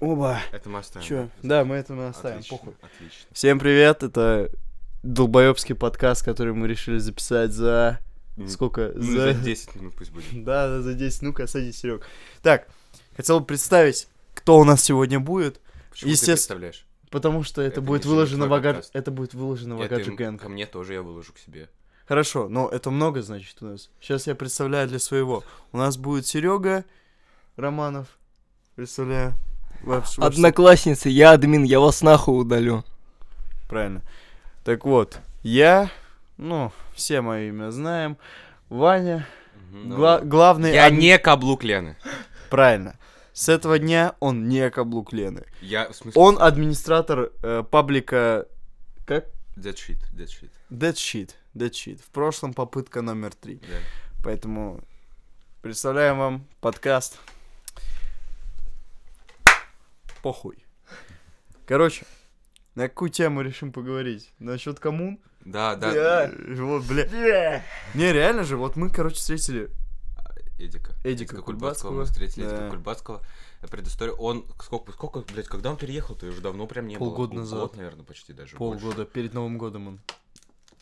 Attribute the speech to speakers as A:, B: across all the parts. A: Оба.
B: Это мы оставим.
A: Чё?
C: Да, мы это мы оставим,
B: Э, Отлично,
C: похуй.
B: Отлично.
C: Всем привет, это долбоебский подкаст, который мы решили записать за...
B: М,
C: Сколько?
B: ну, За 10 минут пусть будет.
C: Да, да, за 10. Ну-ка, садись, Серег. Так, хотел бы представить, кто у нас сегодня будет,
B: Почему
C: Естественно.
B: ты представляешь?
C: потому что это,
B: Это
C: будет
B: не
C: выложено в
B: твой
C: Агар...
B: подкаст.
C: Это будет выложено в
B: Я- ты
C: Агаджи
B: м-
C: Гэнг.
B: Ко мне тоже я выложу к себе.
C: Хорошо, но это много, значит, у нас. Сейчас я представляю для своего. У нас будет Серега Романов. Представляю. Ваш- ваш-
D: Одноклассницы, я админ, я вас нахуй удалю.
C: Правильно. Так вот, я, ну, все мое имя знаем. Ваня, гла- главный...
B: Ну, Я
C: ад-
B: не каблук Лены.
C: Правильно. С этого дня он не каблук Лены.
B: Я, в смысле,
C: Он администратор э, паблика... Как?
B: Dead shit, dead shit.
C: Dead Sheet. Dead Sheet. В прошлом попытка номер три.
B: Да.
C: Поэтому представляем вам подкаст. Похуй. Короче, на какую тему решим поговорить? Насчет коммун?
B: Да, да.
C: Э, Вот, бля. Не, реально же, вот мы, короче, встретили...
B: Эдика.
C: Эдика Кульбацкого.
B: Мы встретили Эдика
C: Да.
B: Кульбацкого. Э, Предыстория. Он сколько, сколько, блядь, когда он переехал, то уже давно прям не было.
C: Полгода назад.
B: Год, наверное, почти даже. больше.
C: Полгода перед Новым годом он.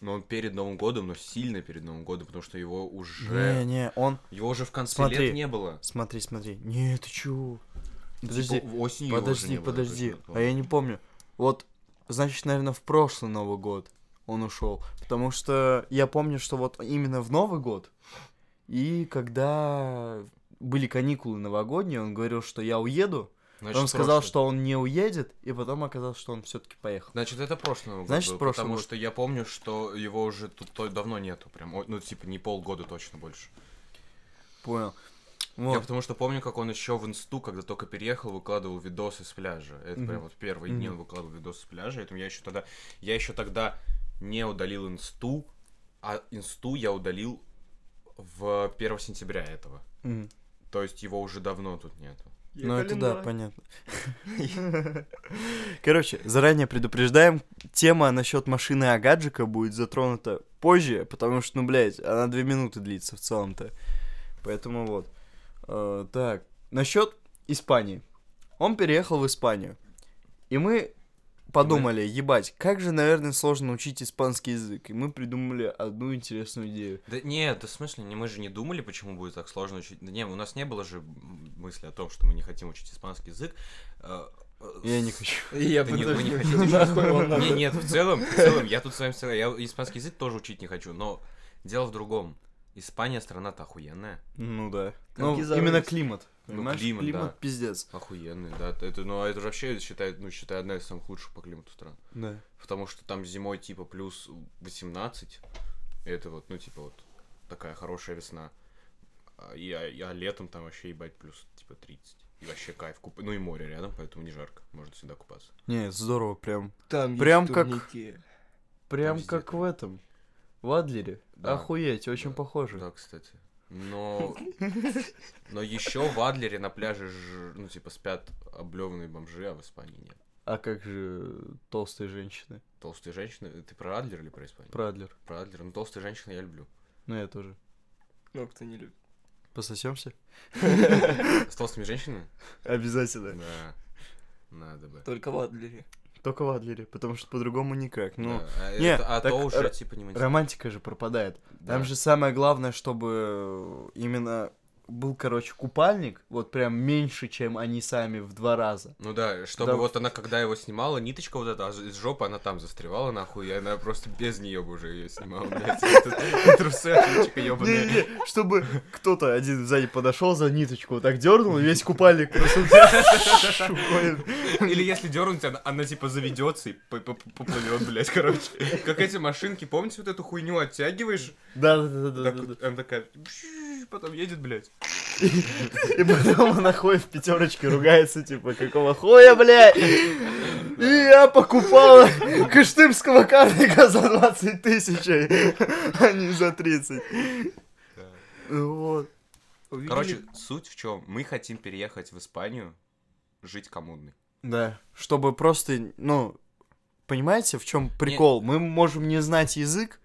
B: Но он перед Новым годом, но сильно перед Новым годом, потому что его уже...
C: Не, не, он...
B: Его уже в конце
C: Смотри.
B: лет не было.
C: Смотри, смотри. Не, ты чё? Подожди.
B: Типа, в осенью его уже
C: Подожди,
B: не было, ну,
C: подожди.
B: точно,
C: А я не помню. Вот, значит, наверное, в прошлый Новый год он ушел. Потому что я помню, что вот именно в Новый год и когда были каникулы новогодние, он говорил, что я уеду.
B: Значит,
C: Потом сказал,
B: прошлый.
C: что он не уедет, и потом оказалось, что он все-таки поехал.
B: Значит, это прошлый Новый
C: Значит,
B: год был,
C: прошлый
B: потому
C: год.
B: что я помню, что его уже тут то- давно нету, прям, о- ну, типа, не полгода точно больше.
C: Понял.
B: Я
C: Вот.
B: потому что помню, как он еще в инсту, когда только переехал, выкладывал видосы с пляжа. Это прям
C: Мгм.
B: вот первые дни он
C: Мгм.
B: выкладывал видосы с пляжа, поэтому я еще тогда, я еще тогда не удалил инсту, а инсту я удалил в 1 сентября этого.
C: Мгм.
B: То есть его уже давно тут нету.
C: Ну это да, понятно. Короче, заранее предупреждаем, тема насчет машины Агаджика будет затронута позже, потому что, ну, блядь, она две минуты длится в целом-то. Поэтому вот. Э, Так, насчет Испании. Он переехал в Испанию. И мы подумали, ебать, как же, наверное, сложно учить испанский язык. И мы придумали одну интересную идею.
B: Да нет, да в смысле, не, мы же не думали, почему будет так сложно учить. Да не, у нас не было же м, мысли о том, что мы не хотим учить испанский язык. Э, э,
C: Я не
B: с-
C: хочу.
D: Я
B: Да не, вы не хотите учить? Не, нет, в целом, в целом, я тут с вами согласен. Я испанский язык тоже учить не хочу, но дело в другом. Испания страна-то охуенная.
C: Ну да.
D: Там
C: Ну,
D: кизару
C: именно
D: есть.
C: климат.
B: Ну,
C: Понимаешь?
B: климат,
C: климат
B: да.
C: пиздец.
B: Охуенная, да. т- Это, ну, а это же вообще считает, ну, считай, одна из самых лучших по климату стран.
C: Да.
B: Потому что там зимой типа плюс 18. и Это вот, ну, типа вот такая хорошая весна. А, и, а, и- а летом там вообще ебать плюс типа 30. И вообще кайф. Куп- Ну и море рядом, поэтому не жарко. Можно всегда купаться.
C: Не, здорово прям.
D: Там
C: Прям
D: Прям
C: как-
D: как...
C: Прям
B: везде
C: как
B: так.
C: в этом. В Адлере.
B: Да.
C: Охуеть, очень
B: Да.
C: похоже.
B: Да, кстати. Но... Но еще в Адлере на пляже, ж- ну, типа, спят облеванные бомжи, а в Испании нет.
C: А как же толстые женщины?
B: Толстые женщины... Ты про Адлер или про Испанию?
C: Про Адлер.
B: Про Адлер. Ну, толстые женщины я люблю.
C: Ну я тоже.
D: Ну, кто не любит.
C: Пососемся?
B: С толстыми женщинами?
C: Обязательно.
B: Да. Надо бы.
D: Только в Адлере.
C: Только в Адлере, потому что по-другому никак. Ну,
B: Да, а
C: не,
B: это- а
C: так
B: то уже,
C: р-
B: типа, не мансинг.
C: романтика же пропадает.
B: Да.
C: Там же самое главное, чтобы именно был, короче, купальник, вот прям меньше, чем они сами в два раза.
B: Ну да, чтобы
C: Да.
B: вот она, когда его снимала, ниточка вот эта а из жопы, она там застревала нахуй, и она просто без нее бы уже ее снимала, блядь. Этот Трусы от лифчика ёбаные.
C: Не-не-не, чтобы кто-то один сзади подошел за ниточку, вот так дернул, и весь купальник просто уходит.
B: Или если дернуть, она, она, типа заведется и п- п- п- поплывет, блядь, короче. Как эти машинки, помните, вот эту хуйню оттягиваешь,
C: Да, да, да, да,
B: так
C: да, да.
B: вот, она такая, пшш, потом едет, блядь.
C: И потом она ходит в пятерочке, ругается, типа, какого хуя, блядь? И я покупала кыштымского карлика за 20 тысяч, а не за 30. Ну Вот.
D: Увидели-
B: Короче, суть в чем? Мы хотим переехать в Испанию, жить коммунной.
C: Да, чтобы просто, ну, понимаете, в чем прикол? Мы можем не знать язык,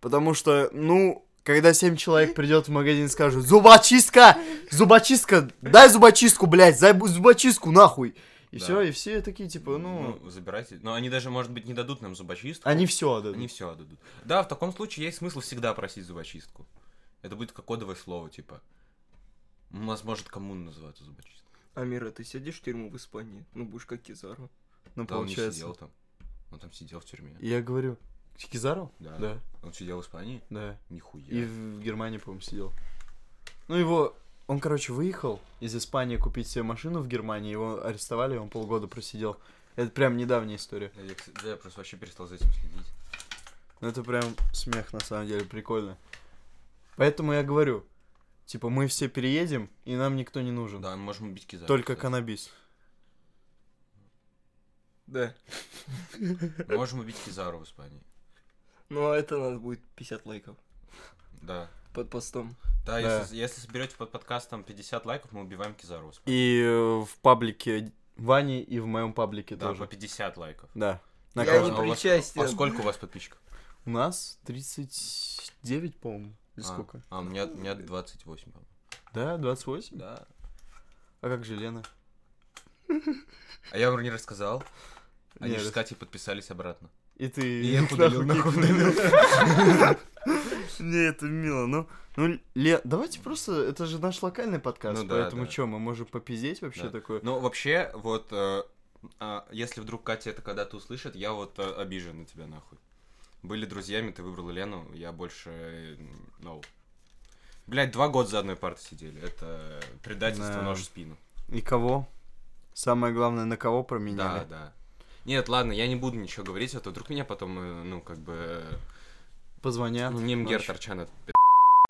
C: потому что, ну, Когда семь человек придет в магазин и скажут, зубочистка, зубочистка, дай зубочистку, блядь, дай бу- зубочистку, нахуй. И
B: Да.
C: все, и все такие, типа, ну,
B: Ну, забирайте. Но они даже, может быть, не дадут нам зубочистку.
C: они все отдадут.
B: Они все отдадут. Да, в таком случае есть смысл всегда просить зубочистку. Это будет как кодовое слово, типа. У нас может коммуна называться зубочистка.
D: Амира, ты сидишь в тюрьму в Испании? Ну, будешь как Кизару.
C: Ну,
B: Да, он не
C: получается.
B: сидел там. Он там сидел в тюрьме.
C: Я говорю, Кизару?
B: Да.
C: Да,
B: Он сидел в Испании?
C: да.
B: Нихуя.
C: И в Германии, по-моему, сидел. Ну, его... Он, короче, выехал из Испании купить себе машину в Германии, его арестовали, он полгода просидел. Это прям недавняя история.
B: Да, я, кстати, да, я просто вообще перестал за этим следить.
C: Ну, это прям смех, на самом деле, прикольно. Поэтому я говорю, типа, мы все переедем, и нам никто не нужен.
B: Ну Да, мы можем убить Кизару.
C: Только
B: кстати.
C: каннабис.
D: Да.
B: Мы можем убить Кизару в Испании.
D: Ну, а это у нас будет 50 лайков
B: Да.
D: под постом.
B: Да,
C: Да.
B: Если, если соберете под подкастом 50 лайков, мы убиваем Кизару в Испании.
C: И э, в паблике Вани, и в моем паблике
B: Да, по
C: тоже.
B: 50 лайков.
C: Да. На
D: Я
B: А у
C: каждом.
D: не
B: вас-
D: причастен.
B: А сколько у вас подписчиков?
C: У нас 39, по-моему. Или
B: А,
C: сколько?
B: А, у меня, у меня 28, по-моему.
C: Да, 28?
B: Да.
C: А как же Лена?
B: А я вам не рассказал. Они
C: Не,
B: же с
C: рас-
B: Катей подписались обратно.
C: И ты...
B: И я их удалил, нахуй удалил.
C: Не, это мило, ну... Ну, Лен, давайте просто... Это же наш локальный подкаст,
B: Ну да,
C: поэтому
B: да.
C: чё, мы можем попиздеть вообще
B: Да.
C: такое?
B: Ну, вообще, вот, э, а, если вдруг Катя это когда-то услышит, я вот э, обижен на тебя, нахуй. Были друзьями, ты выбрала Лену, я больше... э, No. Блять, два года за одной партой сидели. Это предательство
C: Да.
B: нож в спину.
C: И кого? Самое главное, на кого променяли?
B: Да, да. Нет, ладно, я не буду ничего говорить, а то вдруг меня потом, э, ну, как бы... э,
C: Позвонят.
B: Ну, не Мгер
C: ночью.
B: Торчан, это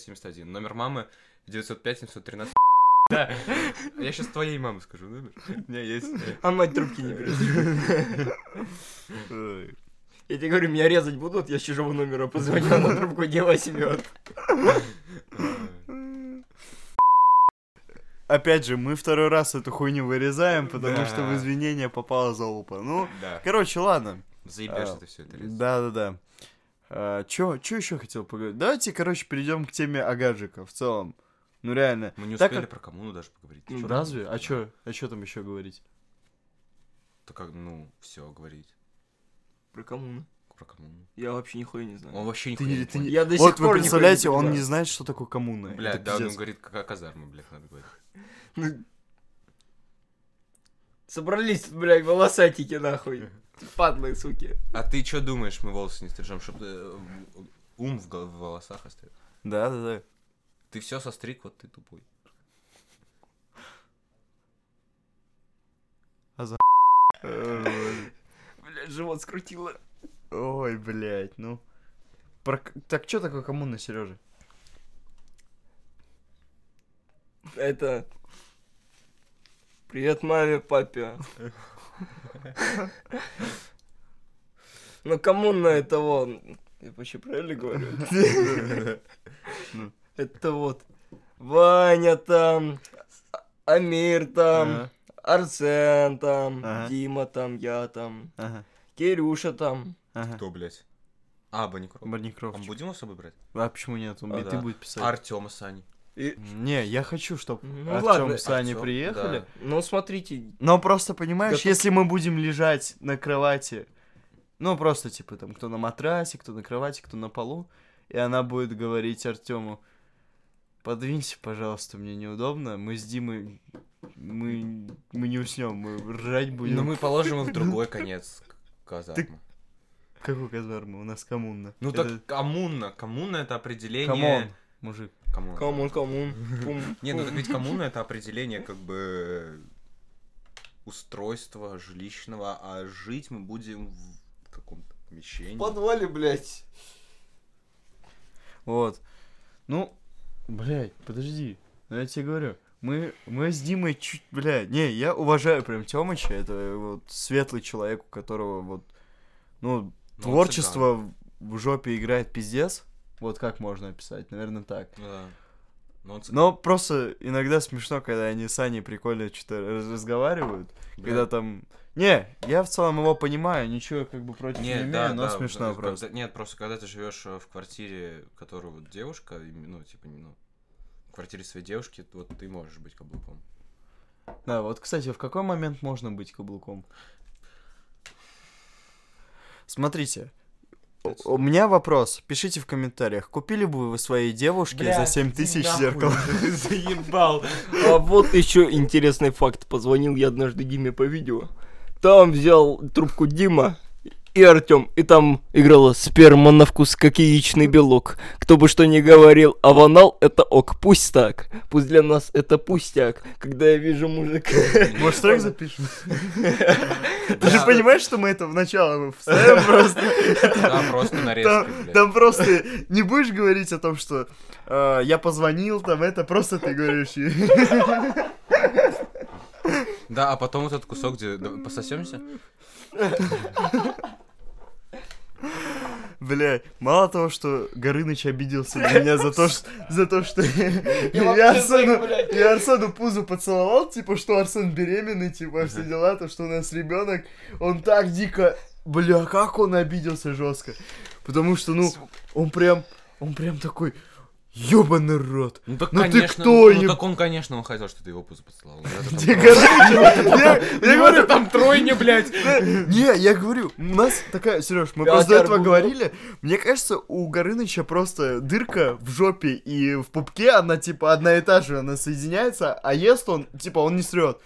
B: 71. Номер мамы 905-713. Да, я сейчас твоей мамы скажу, номер. У меня есть.
C: э,
D: А мать трубки не берет.
C: Ой.
D: Я тебе говорю, меня резать будут, я с чужого номера позвонил, на трубку не возьмет.
B: э,
C: Опять же, мы второй раз эту хуйню вырезаем, потому
B: Да.
C: что в извинения попала залупа. Ну,
B: Да,
C: короче, ладно.
B: заебешься
C: А,
B: ты все это резать.
C: Да-да-да. А, чё, чё еще хотел поговорить? Давайте, короче, перейдем к теме Агаджика в целом. Ну реально.
B: Мы не
C: Так
B: успели
C: как-
B: про коммуну даже поговорить.
D: Ну,
B: Чё?
C: Разве? А чё? А чё там еще говорить?
B: Да как, ну, все говорить
D: Про коммуну.
B: про коммуну.
D: Я вообще нихуя не знаю.
B: Он вообще не
C: Э, Ты не-
B: понимает.
C: ты не-
D: Я до
C: вот
D: сих пор
C: вы
D: нихуя
C: представляете, он не
D: понимаю.
C: знает, что такое коммуна.
B: Блядь,
C: Это
B: да, он
C: пиздец.
B: говорит, как казарма, блядь, надо говорить.
D: Ну, Собрались, тут, блядь, волосатики, нахуй. Падлые, суки.
B: А ты чё думаешь, мы волосы не стрижем, чтобы ум в гол- в волосах оставил?
C: Да-да-да.
B: Ты все состриг, вот ты тупой.
C: Ой,
D: Блядь, живот скрутило.
C: Ой, блядь, ну. Про к- Так что такое коммуна, Сережа?
D: Это... Привет маме, папе. Ну, коммуна это вон... Я вообще правильно говорю?
C: Ну.
D: Это вот... Ваня там... А- Амир там... Арсен там...
C: Ага.
D: Дима там, я там...
C: Ага.
D: Кирюша там...
C: Ага.
B: Кто, блядь? А, Банников. А мы
C: Барникровчик.
B: будем с собой брать?
C: А почему нет? Он
B: А,
C: биты
B: да.
C: будет писать.
B: Артема Сани.
D: И-
C: Не, я хочу, чтобы
D: Ну
C: Артем
D: ладно,
C: с Аней
B: Артём,
C: приехали.
B: да.
D: Ну, смотрите,
C: Но просто, понимаешь,
D: Готов-
C: если мы будем лежать на кровати, ну просто, типа, там, кто на матрасе, кто на кровати, кто на полу, и она будет говорить Артему, подвинься, пожалуйста, мне неудобно, мы с Димой, мы, мы не уснем, мы ржать будем.
B: Но Ну, мы положим их в другой конец к- казармы.
C: Какую казарму? У нас коммунна.
B: Ну
C: Это-
B: так коммуна. Коммуна это определение...
C: Камон, мужик.
B: Коммуна.
D: Камон, камон. Пум,
B: Не, ну так
D: пум.
B: ведь коммуна это определение как бы устройства жилищного, а жить мы будем в каком-то помещении.
D: подвале, блядь.
C: Вот. Ну, блядь, подожди. Ну, я тебе говорю, мы, мы с Димой чуть, блядь, не, я уважаю прям Тёмыча, это вот светлый человек, у которого вот, ну,
B: Ну,
C: творчество в жопе играет пиздец, вот как можно описать, наверное, так.
B: цыган. Ну да. Ну, Но он цыган.
C: Но просто иногда смешно, когда они с Аней прикольно что-то раз- разговаривают,
B: Бля,
C: когда там Не, я в целом его понимаю, ничего как бы против не, имею,
B: да,
C: но
B: да,
C: смешно
B: когда-
C: просто.
B: Нет, просто когда ты живешь э, в квартире, которую вот девушка, и, ну, типа, ну, в квартире своей девушки, вот ты можешь быть каблуком.
C: Да, вот, кстати, в какой момент можно быть каблуком? Смотрите, у- у меня вопрос. Пишите в комментариях, купили бы вы своей девушке за
D: Бля,
C: 7
D: иди
C: тысяч
D: нахуй,
C: зеркало?
D: Заебал. А вот еще интересный факт. Позвонил я однажды Диме по видео. Там взял трубку Дима и Артем, и там играла сперма на вкус, как яичный белок. Кто бы что ни говорил, а в анал это ок, пусть так. Пусть для нас это пустяк, когда я вижу мужика.
C: Может, трек запишем? Ты же понимаешь, что мы это в начало вставим просто?
B: Да, просто нарезки,
C: Там,
B: блядь.
C: там просто не будешь говорить о том, что э, я позвонил, там это просто ты говоришь.
B: Да, а потом вот этот кусок, где пососемся.
C: Бля, мало того, что Горыныч обиделся на меня за то, что, за то, что я,
D: вообще
C: Арсену,
D: так, блядь.
C: я Арсену пузо поцеловал, типа, что Арсен беременный, типа, все дела, то, что у нас ребенок, он так дико, бля, как он обиделся жестко, потому что, ну, он прям, он прям такой, ёбаный рот.
B: Ну так
C: Ну ты
B: конечно,
C: кто,
B: ну
C: еб-
B: так он, конечно, он хотел, что ты его пузо поцеловал. Вот это там
C: Где Горыныч?
B: просто.
C: Я- Я говорю,
B: там тройня, блядь.
C: Не, я говорю, у нас такая, Сереж, мы
D: Да,
C: просто до
D: Тяр
C: этого
D: был.
C: говорили. Мне кажется, у Горыныча просто дырка в жопе и в пупке, она типа одна и та же, она соединяется, а ест он, типа, он не срет.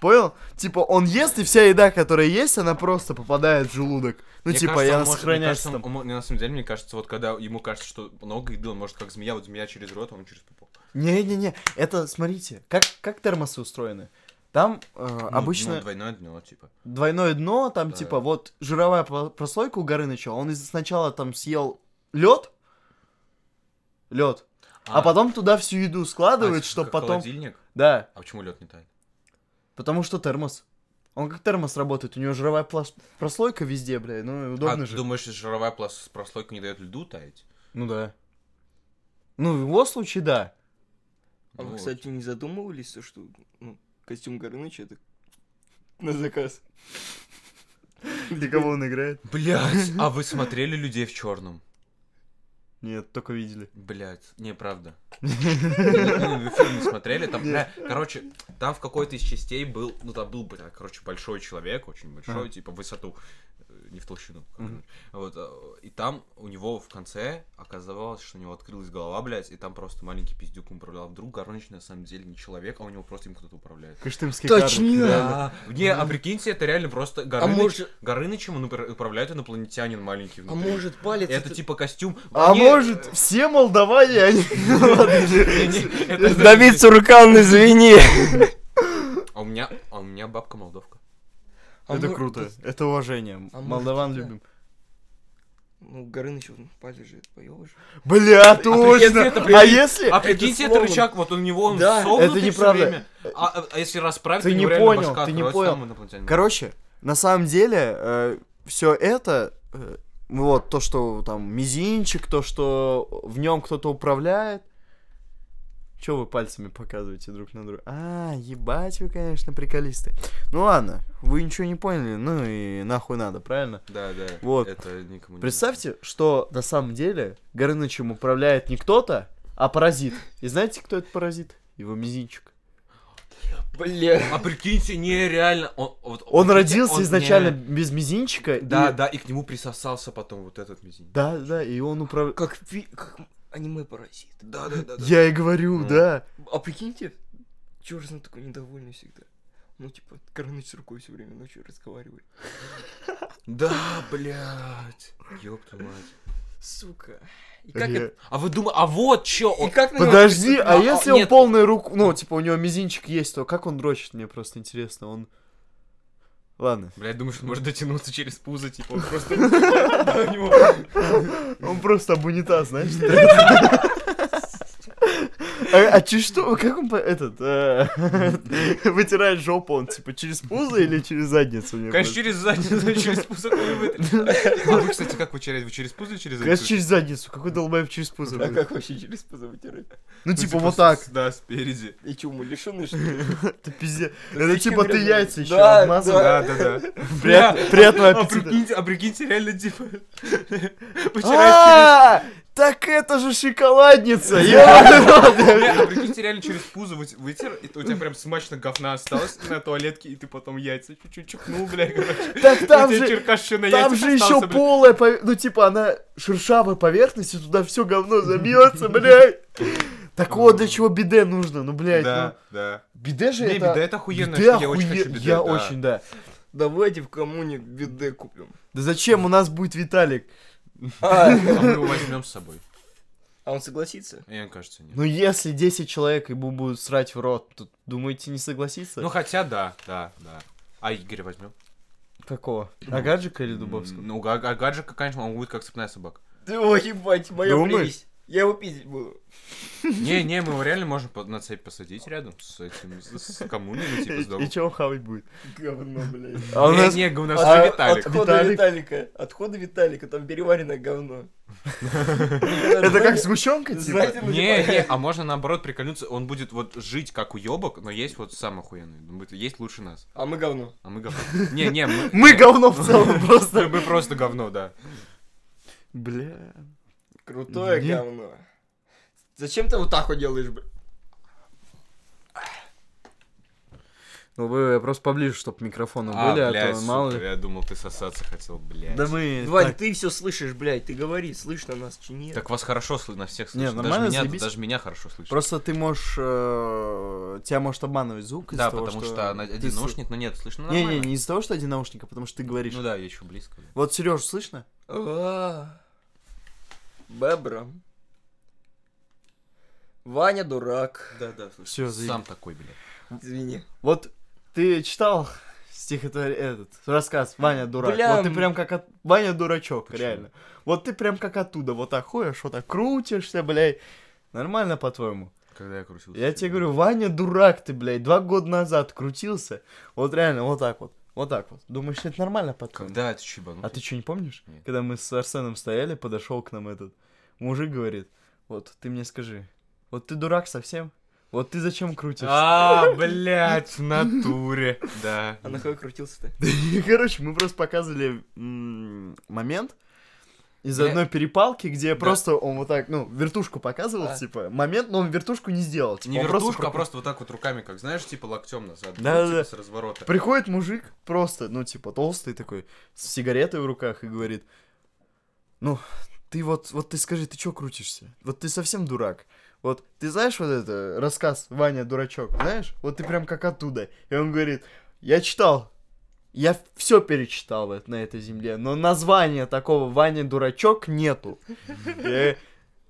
C: Понял? Типа, он ест, и вся еда, которая есть, она просто попадает в желудок. Ну,
B: Мне
C: типа,
B: кажется,
C: я
B: он
C: она
B: может- мне
C: сохраняется
B: кажется,
C: там.
B: он- он- на самом деле, мне кажется, вот когда ему кажется, что много еды, он может как змея, вот змея через рот, а он через пупок.
C: Не-не-не, это, смотрите, как, как термосы устроены? Там э,
B: Ну,
C: обычно...
B: ну, двойное дно, типа.
C: двойное дно, там
B: Да.
C: типа вот жировая про- прослойка у Горыныча, он из- сначала там съел лед, лед, а, потом туда всю еду складывает,
B: А,
C: чтобы
B: как
C: потом...
B: Холодильник?
C: Да,
B: А почему лед не тает?
C: потому что термос. Он как термос работает, у него жировая плас- прослойка везде, бля, ну и удобно
B: а,
C: же.
B: ты думаешь, жировая плас- прослойка не дает льду таять?
C: Ну да. Ну, в его случае, да.
D: А вы,
B: Ну,
D: кстати, не задумывались, то, что ну, костюм Горыныча это на заказ?
C: Для кого он играет?
B: Блять, а вы смотрели людей в черном?
C: Нет, только видели.
B: Блять, не, правда. Ну, Вы фильм не смотрели, там, бля, короче, там в какой-то из частей был, ну там был, бля, короче, большой человек, очень большой,
C: Ага.
B: типа в высоту, э, не в толщину.
C: Мгм.
B: Вот, э, и там у него в конце оказалось, что у него открылась голова, блядь, и там просто маленький пиздюк им управлял. Вдруг Горыныч на самом деле не человек, а у него просто им кто-то управляет.
C: Кыштымский
D: Точнее.
C: кадр, да.
B: Да. Не, а прикиньте, это реально просто Горыныч,
D: А может-
B: Горынычем он упра- управляет инопланетянин маленький
D: А
B: внутри.
D: может палец?
B: это, типа костюм.
C: А
B: Не,
C: может, все молдаване, они... Ладно,
B: не, не, это-
D: Давид Суркан, извини!
B: А у меня, а у меня бабка молдовка.
D: А
C: это
D: мо-
C: круто, это уважение.
D: а может,
C: Молдаван
D: да.
C: любим.
D: Ну, Горыныч, он палец же поёбываешь.
C: Бля,
B: прикиньте,
C: точно!
B: это,
C: А
B: блин,
C: если...
B: А прикиньте, это
D: словно.
B: рычаг, вот у него он
D: Да,
B: согнутый
C: это
B: всё
C: неправда.
B: время. А, а- а если расправить,
C: Ты
B: у
C: не
B: него реально
C: понял,
B: башка
C: ты не
B: откроется,
C: понял.
B: там инопланетянин.
C: Короче, на самом деле, все это, э, вот то, что там мизинчик, то, что в нем кто-то управляет. Че вы пальцами показываете друг на друга? А, ебать вы, конечно, приколисты. Ну ладно, вы ничего не поняли, ну и нахуй надо, правильно?
B: Да, да.
C: Вот.
B: Это никому не
C: Представьте, что на самом деле Горынычем управляет не кто-то, а паразит. И знаете, кто это паразит? Его мизинчик.
D: Бля.
B: нужно. А прикиньте, нереально. Он, вот-
C: Он
B: прикиньте,
C: родился
B: он
C: изначально
B: нереально-
C: без мизинчика. и-
B: Да, да, и к нему присосался потом вот этот мизинец.
C: Да, да, и он управляет.
D: Как, фи- как аниме-паразит.
B: Да, да, да. да.
C: Я и говорю,
B: Ну.
C: да.
D: А прикиньте, Чёрзен такой недовольный всегда. Ну, типа, Горыныч с рукой все время ночью разговаривает.
B: Да, блядь. Ёб твою мать.
D: Сука. И как
C: Ре-
D: это...
B: А вы думаете, а вот чё,
D: И
B: он...
D: как на него
C: Подожди,
D: преступ-
C: а
D: Ну,
C: если он
D: нет,
C: полный руку, ну, типа, у него мизинчик есть, то как он дрочит, мне просто интересно, он... Ладно.
B: Блядь, думаешь, он может дотянуться через пузо, типа, он просто... до него.
C: Он просто об унитаз, знаешь?
E: А, а че что? Как он по- этот э, вытирает жопу? Он типа через пузо или через задницу? мне
B: Конечно,
E: кажется?
B: через задницу, через пузо хуй вытрешь. А вы, кстати, как вытираете? Вы через пузо или через
E: Конечно,
B: задницу?
E: через задницу. Какой долбаев через пузо?
D: А
E: будет?
D: как вообще через пузо вытирать?
E: Ну,
B: Ну,
E: типа вот так.
B: с- Да, спереди.
D: И чё, мы лишённые, что ли?
E: Это пиздец.
D: Да
E: Это
D: зачем
E: типа ты
D: грязно?
E: яйца еще
D: Да,
E: обмазал.
B: Да, да, да.
E: Прият- Приятного
B: А
E: аппетита.
B: прикиньте, а прикиньте, реально, типа, вытирает
E: А, Так это же шоколадница! ёбаный рот.
B: через... Нет, а прикиньте, реально через пузо вы- вытер, и у тебя прям смачно говна осталось на туалетке, и ты потом яйца чуть-чуть чухнул, бля, короче.
E: Так там
B: И у тебя
E: же...
B: черкаш ещё на
E: Там
B: яйцах
E: же еще
B: остался, бля.
E: полая, пове- ну типа она шершавая поверхность, и туда все говно забьется, блядь. Так вот для чего биде нужно, ну блядь, ну.
B: Да, да.
E: Биде же
B: Не,
E: это...
B: беда, это охуенно,
E: биде
B: что я очень
E: охуе-
B: хочу биде,
E: Я
B: да.
E: очень, да.
D: Давайте в коммуне биде купим.
E: Да зачем у нас будет Виталик?
D: А,
B: А мы его возьмем с собой.
D: а он согласится?
B: Мне кажется, нет.
E: Ну если 10 человек ему будут срать в рот, то думаете не согласится?
B: Ну, хотя да, да, да. А Игоря возьмем?
E: Какого? Агаджика или Дубовского?
B: Ну, га- га- Гаджика, конечно, он будет как цепная собака.
D: Ты его ебать, моя
E: Думаешь?
D: прелесть. Я его пиздить буду.
B: Не, не, мы его реально можем по- на цепь посадить рядом с этим, с, с коммуной, ну, типа, с
E: И,
B: домом.
E: и чё он хавать будет?
D: Говно, блядь.
E: А у
B: не,
E: нас...
B: не, у нас
D: От-
B: же Виталик.
D: Отходы
E: Виталик.
D: Виталика. Отходы Виталика. Там переваренное говно.
E: Это как сгущенка, типа?
D: Знаете, ну,
B: Не,
D: типа,
B: не, а можно наоборот прикольнуться, он будет вот жить как уебок, но есть вот сам охуенный, он будет есть лучше нас,
D: А мы говно.
B: а мы говно. Не, не, мы,
E: Ну, Мы говно в целом просто.
B: мы- мы просто говно, да.
E: Бля.
D: Крутое
E: Не.
D: говно. Зачем ты вот так вот делаешь, блядь?
E: Ну вы просто поближе, чтобы микрофоны были, а,
B: блядь,
E: то
B: сука,
E: мало ли.
B: я думал, ты сосаться хотел, блядь.
E: Да мы...
D: Вань,
E: так,
D: ты все слышишь, блядь. Ты говори, слышно нас чи нет.
B: Так вас хорошо слышно, всех
E: Не,
B: слышно.
E: нормально,
B: даже, меня,
E: заебись.
B: даже меня хорошо слышно.
E: Просто ты можешь... э, Тебя может обманывать звук из-за
B: да,
E: того,
B: потому что, на- один
E: ты с-
B: наушник, но нет, слышно нормально.
E: Не-не, не из-за того, что один наушник, а потому что ты говоришь.
B: Ну да, я еще близко.
E: Вот Сереж, слышно?
D: А. Бебра. Ваня дурак.
B: Да, да,
E: Все,
B: Сам такой, блядь.
D: Извини.
E: Вот ты читал стихотворение, этот, рассказ «Ваня дурак».
D: Бля,
E: Вот ты
D: м.
E: прям как от... Ваня дурачок,
B: Почему?
E: реально. Вот ты прям как оттуда, вот так ходишь, вот так крутишься, блядь. Нормально, по-твоему?
B: Когда я крутился.
E: Я тебе говорю, Ваня дурак ты, блядь, два года назад крутился. Вот реально, вот так вот, вот так вот. Думаешь, это нормально, по-твоему?
B: Когда ты чебанул?
E: А ты что, не помнишь?
B: Нет.
E: Когда мы с Арсеном стояли, подошел к нам этот мужик, говорит, вот ты мне скажи, вот ты дурак совсем? Вот ты зачем крутишься?
B: А, блядь, в натуре. Да.
D: А на кого крутился-то?
E: Короче, мы просто показывали м, момент из
B: Я-
E: одной перепалки, где
B: Да.
E: просто он вот так, ну, вертушку показывал,
D: А.
E: типа, момент, но он вертушку не сделал. типа,
B: Не
E: он
B: вертушка, а
E: пропу-
B: просто вот так вот руками, как знаешь, типа локтем назад.
E: Да,
B: ну,
E: да,
B: типа
E: да.
B: С разворота.
E: Приходит мужик просто, ну, типа, толстый такой, с сигаретой в руках и говорит, ну, ты вот, вот ты скажи, ты чё крутишься? Вот ты совсем дурак. Вот, ты знаешь вот это, рассказ Ваня Дурачок, знаешь? Вот ты прям как оттуда. И он говорит, я читал, я все перечитал вот на этой земле, но названия такого Ваня Дурачок нету. Я,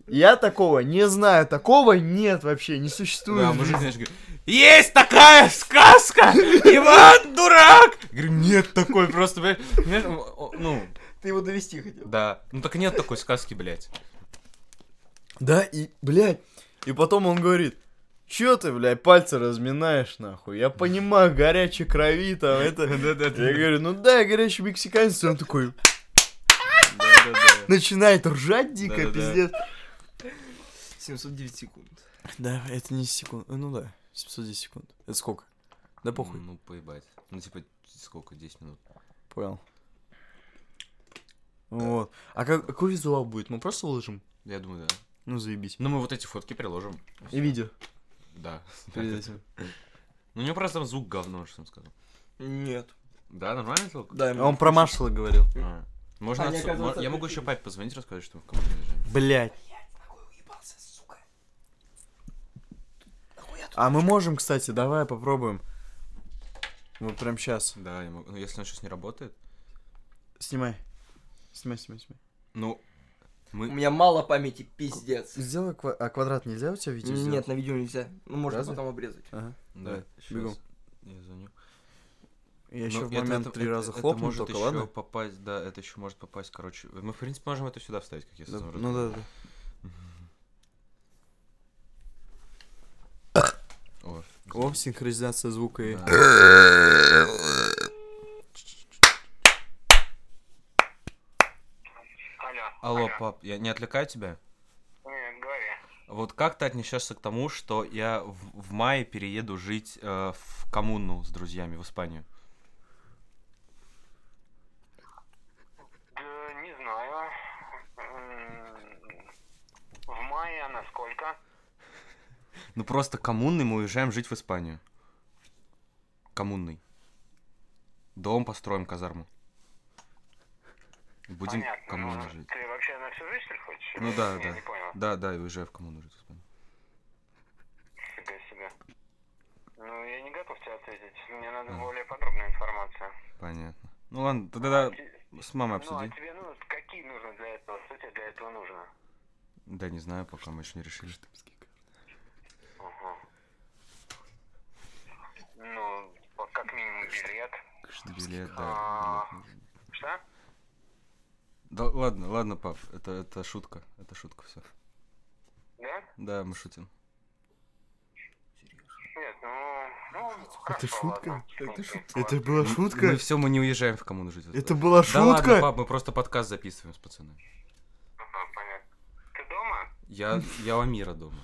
E: я такого не знаю, такого нет вообще, не существует.
B: Да, мужик, знаешь, говорит, есть такая сказка! Иван дурак! Я говорю, нет такой, просто, блядь, знаешь, о- о- ну,
D: Ты его довести хотел.
B: да. Ну так нет такой сказки, блядь.
E: Да, и, блядь, и потом он говорит, чё ты, блядь, пальцы разминаешь, нахуй, я понимаю, горячей крови там, это... Я говорю, ну да, я горячий мексиканец, и он такой,
B: Да-да-да.
E: начинает ржать дико,
B: Да-да-да.
E: пиздец.
D: 709 секунд.
E: Да, это не секунд, ну да, 710 секунд, это сколько? Да похуй,
B: Ну, поебать. Ну, типа, сколько, 10 минут?
E: понял. Вот, а как, какой визуал будет, мы просто выложим?
B: Я думаю, да.
E: Ну, заебись.
B: Ну, мы вот эти фотки приложим.
E: И видео
B: Да.
E: перед этим.
B: Ну, у него просто там звук говно, что он сказал.
D: Нет.
B: Да, нормально звук?
D: Да,
E: А Он про маршала говорил.
B: А. Можно
D: А,
B: отцу-
D: мне
B: мо-
D: казалось,
B: Я могу
D: отключили.
B: еще папе позвонить, рассказать, что мы в комнате лежим.
E: Блядь. А мы можем, кстати, давай попробуем. Вот прям сейчас.
B: Да, я могу. Ну, если он сейчас не работает.
E: Снимай. Снимай, снимай, снимай.
B: Ну,
D: У
B: мы...
D: меня мало памяти, пиздец.
E: Сделай ква- а квадрат нельзя у тебя видео
D: Нет,
E: сделать?
D: на видео нельзя. Ну, можно
E: Разве?
D: потом обрезать.
C: А.
E: Ага.
B: Да,
E: давай,
B: щас
E: бегом.
B: Я звоню.
E: Я еще
B: Ну,
E: в
B: это-
E: момент
B: это-
E: три
B: это-
E: раза
B: это
E: хлопну
B: может
E: только,
B: еще
E: ладно?
B: попасть, да, это еще может попасть, короче. Мы, в принципе, можем
E: ну
B: это сюда вставить, как я
E: Да,
B: сразу
E: ну да, да.
C: О, синхронизация звука и...
A: Алло.
B: Алло, пап, я не отвлекаю тебя?
A: Нет, говори.
B: Вот как ты отнесешься к тому, что я в, в мае перееду жить э, в коммуну с друзьями в Испанию?
A: Да, не знаю. М, В мае она сколько?
B: Ну просто коммунный мы уезжаем жить в Испанию. Коммунный. Дом построим, казарму. И Будем
A: Понятно.
B: коммунно
A: Ну,
B: жить.
A: Ты вообще на всю жизнь, что ли, хочешь?
B: Ну да,
A: Я
B: да.
A: не понял.
B: Да, да, я уезжаю в коммуну жить в Испанию.
A: Фига себе. Ну, я не готов тебе ответить. Мне надо
B: Ага.
A: более подробную информацию.
B: Понятно. Ну ладно, тогда
A: Ти-
B: с мамой
A: Ну, а
B: обсуди.
A: тебе нужно, какие нужно для этого? Что тебе для этого нужно?
B: Да, не знаю, пока мы еще не решили.
A: Ага. Ну, вот как минимум билет.
B: Билет, да.
A: А.
B: билет нужен.
A: Что?
B: Да ладно, ладно, пап, это, это шутка, это шутка все.
A: Да?
B: Да, мы шутим.
A: Нет, ну... ну
C: Это
A: хорошо,
C: шутка?
A: ладно.
B: Это шутка.
C: Это была
B: Мы
C: шутка?
B: все, мы не уезжаем в коммуну жить. в
C: Это
B: Испанию.
C: была
B: Да ладно,
C: шутка?
B: пап, мы просто подкаст записываем с пацанами.
A: Ага, понятно. Ты дома?
B: Я, я у Амира дома.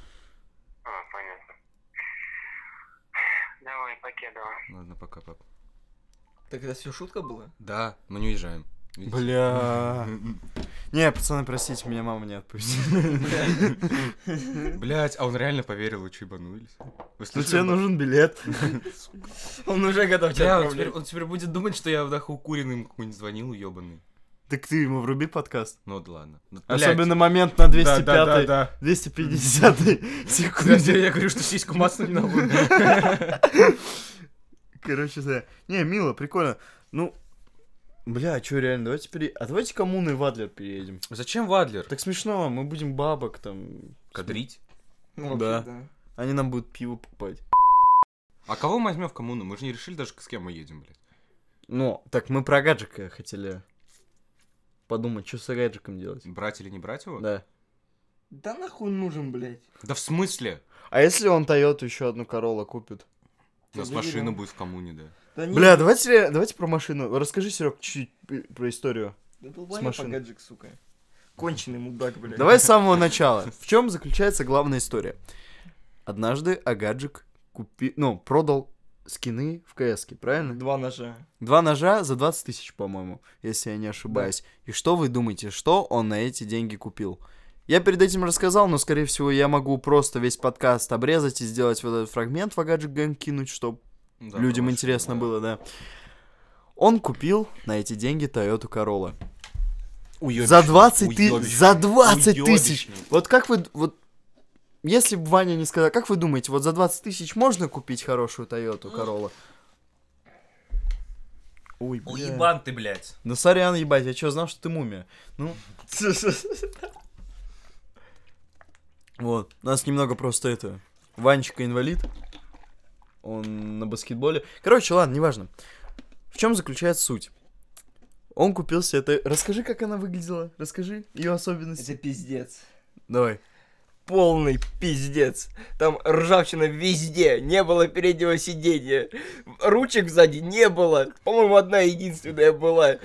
A: А, понятно. Давай, покедова.
B: Ладно, пока, пап.
D: Так это все шутка была?
B: Да, мы не уезжаем. Видите?
C: Бля. Не, пацаны, простите, меня мама не отпустила.
B: Блять, а он реально поверил, вы чебанулись. Вы
C: Ну
B: слышали,
C: тебе
B: б-
C: нужен билет.
D: Он уже готов тебя
B: Бля, он
D: отправлять.
B: теперь, он теперь будет думать, что я в нахуй укуренный какой-нибудь звонил, уебаный.
C: Так ты ему вруби подкаст.
B: Ну вот ладно. Ну, блядь.
C: Особенно момент на
B: Да, да, да,
C: 205
B: да.
C: 250
B: Подожди,
C: секунде.
B: я говорю, что сиську маслом не надо.
C: Короче, да. Не, мило, прикольно. Ну, бля, а чё, реально, давайте пере... А давайте коммуны в Адлер переедем.
B: Зачем Вадлер?
C: Так смешно, мы будем бабок там...
B: Кадрить.
D: Ну, вообще,
C: Да.
D: да.
C: Они нам будут пиво покупать.
B: А кого мы возьмем в коммуну? Мы же не решили даже, с кем мы едем, блядь.
C: Ну, так мы про гаджика хотели подумать, что с гаджиком делать.
B: Брать или не брать его?
C: Да.
D: Да нахуй нужен, блядь.
B: Да в смысле?
C: А если он Тойоту еще одну Королла купит?
B: У нас
D: Да
B: машина
D: берем.
B: будет в коммуне, да.
D: Да не-
C: Бля, давайте, ре- давайте про машину. Расскажи, Серег, чуть про историю.
D: Да
C: с
D: долбоёб
C: машины.
D: Агаджик, сука. Конченый мудак, блядь.
C: Давай с самого начала. В чем заключается главная история? Однажды Агаджик купи... ну, продал скины в кс правильно?
D: Два ножа.
C: Два ножа за 20 тысяч, по-моему, если я не ошибаюсь. И что вы думаете, что он на эти деньги купил? Я перед этим рассказал, но, скорее всего, я могу просто весь подкаст обрезать и сделать вот этот фрагмент в Агаджик Гэнг кинуть, чтобы
B: Да,
C: людям
B: хорошо,
C: интересно
B: да.
C: было, да. Он купил на эти деньги Toyota Corolla.
B: Уёбищно,
C: За 20 тысяч.
B: уёбищно,
C: За 20 тысяч.
B: уёбищно.
C: Вот как вы... д- Вот если бы Ваня не сказал, как вы думаете, вот за 20 тысяч можно купить хорошую Toyota Corolla? Ой, бля.
B: Уебан ты, блядь.
C: Ну, сорян, ебать, я что, знал, что ты мумия? Ну. Вот, у нас немного просто это... Ванечка инвалид. Он на баскетболе. Короче, ладно, неважно. В чем заключается суть? Он купил себе... Это... Расскажи, как она выглядела. Расскажи ее особенности.
D: Это пиздец.
C: Давай.
D: полный пиздец. Там ржавчина везде, не было переднего сиденья, ручек сзади не было. По-моему, одна единственная была.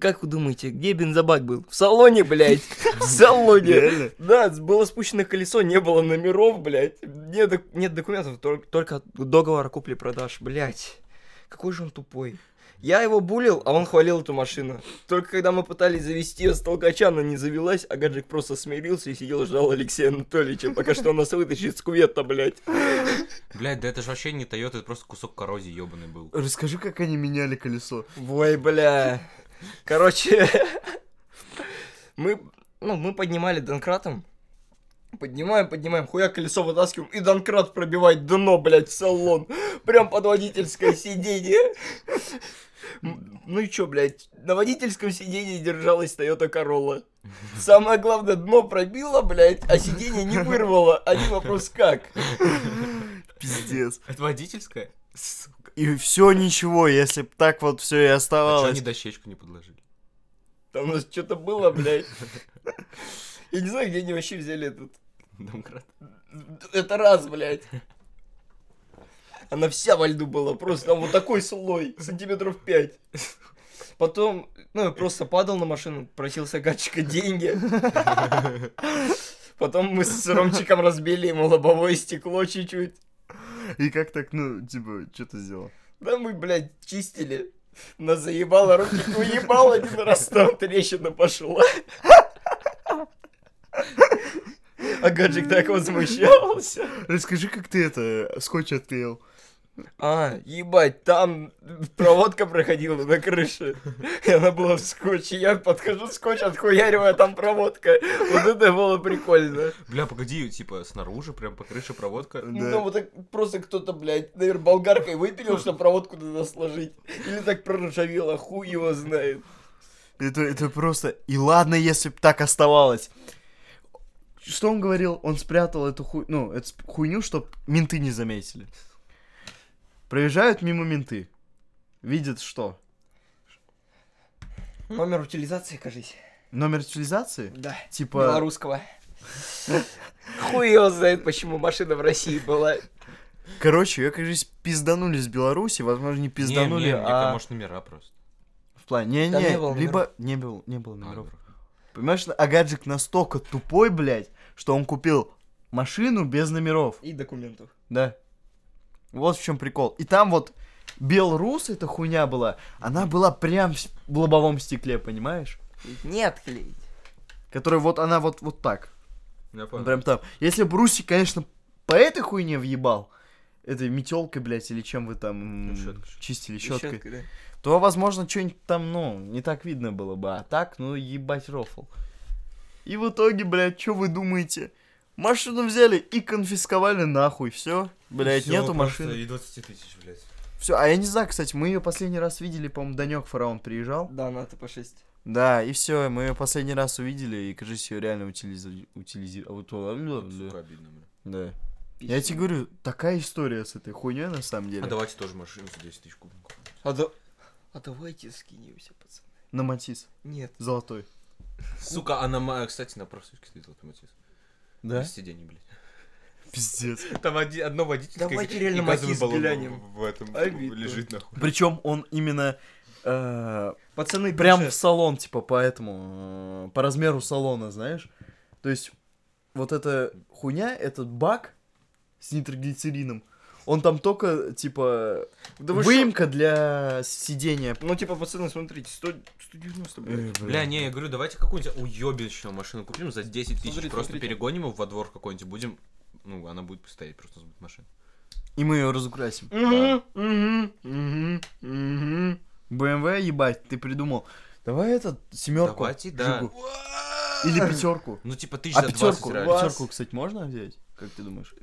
D: Как вы думаете, где бензобак был? В салоне, блядь, в салоне.
C: Реально?
D: Да, было спущено колесо, не было номеров, блядь. Нет, док- нет документов, тол- только договор купли-продаж, блядь. Какой же он тупой. Я его булил, а он хвалил эту машину. Только когда мы пытались завести ее с толкача, она не завелась, а Гаджик просто смирился и сидел ждал Алексея Анатольевича, пока что он нас вытащит с кувета, блядь.
B: Блядь, да это же вообще не Тойота, это просто кусок коррозии ебаный был.
C: Расскажи, как они меняли колесо.
D: Вой, бля. Короче, мы, ну, мы поднимали Донкратом. Поднимаем, поднимаем, хуя колесо вытаскиваем, и Донкрат пробивает дно, блядь, в салон. Прям под водительское сиденье. М, Ну и чё, блядь, на водительском сиденье держалась Toyota Corolla. Самое главное, дно пробило, блядь, а сиденье не вырвало. Один вопрос как?
C: Пиздец.
B: Это водительская? Сука.
C: И все ничего, если б так вот все и
B: А чё
C: оставалось.
B: они дощечку не подложили?
D: Там у нас что-то было, блядь. Я не знаю, где они вообще взяли этот
B: Домкрат.
D: Это раз, блядь. Она вся во льду была, просто там вот такой слой, сантиметров 5. Потом, ну, я просто падал на машину, просил Сагатчика деньги. Потом мы с Ромчиком разбили ему лобовое стекло чуть-чуть.
C: И как так, ну, типа, что ты сделал?
D: Да мы, блядь, чистили. Нас заебало, Ромчик уебал один раз, там трещина пошла. А Гаджик так возмущался.
C: Расскажи, как ты это, скотч отклеил.
D: А, ебать, там проводка проходила на крыше. И она была в скотче. Я подхожу, скотч отхуяриваю, а там проводка. Вот это было прикольно.
B: Бля, погоди, типа, снаружи, прям по крыше проводка.
C: Да.
D: Ну, вот так просто кто-то, блядь, наверное, болгаркой выпилил, что проводку надо сложить. Или так проржавело, хуй его знает.
C: Это, это просто... И ладно, если бы так оставалось. Что он говорил? Он спрятал эту хуй... ну, эту сп- хуйню, чтоб менты не заметили. Проезжают мимо менты. Видят что?
D: Номер утилизации, кажись.
C: Номер утилизации?
D: Да.
C: Типа...
D: Белорусского. Хуй его знает, почему машина в России была.
C: Короче, ее, кажется, пизданули с Беларуси, возможно, не пизданули,
B: Не, не, мне,
C: а...
B: может, номера просто.
C: В плане...
D: Там
C: Не-не,
D: не было
C: либо... Не было, не было номеров.
B: А, ну,
C: Понимаешь, а гаджик настолько тупой, блядь, что он купил машину без номеров.
D: И документов.
C: Да. Вот в чем прикол. И там вот Белрус, эта хуйня была, она была прям в с- в лобовом стекле, понимаешь?
D: Не отклеить.
C: Которая вот, она вот, вот так.
B: я
C: Он
B: понял.
C: прям там. Если бы Русик, конечно, по этой хуйне въебал, этой метелкой, блядь, или чем вы там м,
B: Ну, щеткой, щеткой.
C: чистили,
D: И
C: щеткой,
D: щеткой, да.
C: то, возможно, что-нибудь там, ну, не так видно было бы. А так, ну, ебать рофл. И в итоге, блядь, что вы думаете? Машину взяли и конфисковали нахуй, все. Блядь,
B: Всё,
C: нету
B: просто
C: машины.
B: И 20 тысяч, блядь.
C: Все, а я не знаю, кстати, мы ее последний раз видели, по-моему, Данек Фараон приезжал.
D: Да, на ТП-6.
C: Да, и все, мы ее последний раз увидели, и, кажется, ее реально а утилизировали.
B: Сука, обидно, бля.
C: Да. Я тебе говорю, такая история с этой хуйней на самом деле.
B: А давайте тоже машину за 10 тысяч купим.
D: А, да- а давайте скинемся, пацаны.
C: На Матис,
D: Нет.
E: Ну,
C: золотой.
B: Сука, она, ма- кстати, на просушке стоит вот Матис.
C: Да?
B: Без сидений, блядь.
C: Пиздец.
B: Там оди- одно водительское
D: Давайте
B: и
D: реально
B: газовый
D: Матис
B: баллон
D: глянем.
B: В в этом
D: Обидно.
B: лежит, нахуй.
C: Причем он именно э,
D: Пацаны,
C: прям в
D: душе.
C: салон, типа, по этому, э, по размеру салона, знаешь? То есть, вот эта хуйня, этот бак с нитроглицерином, он там только, типа,
D: Да вы
C: Выемка для сидения.
D: шо? Ну, типа, пацаны, смотрите, 100 190, блядь.
B: Бля, не, я говорю, давайте какую-нибудь уебищную машину купим за 10 тысяч.
D: Смотрите,
B: Просто
D: смотрите.
B: перегоним его во двор какой-нибудь, будем... Ну, она будет постоять, просто у нас будет машина.
C: И мы ее разукрасим.
D: Мгм, мгм, мгм, мгм.
C: БМВ, ебать, ты придумал. Давай этот семерку.
B: Давайте, да.
C: Жигу. Или пятерку.
B: Ну, типа, тысяч
C: А
B: за 20
C: пятерку,
B: реально.
C: пятерку, кстати, можно взять? Как ты думаешь?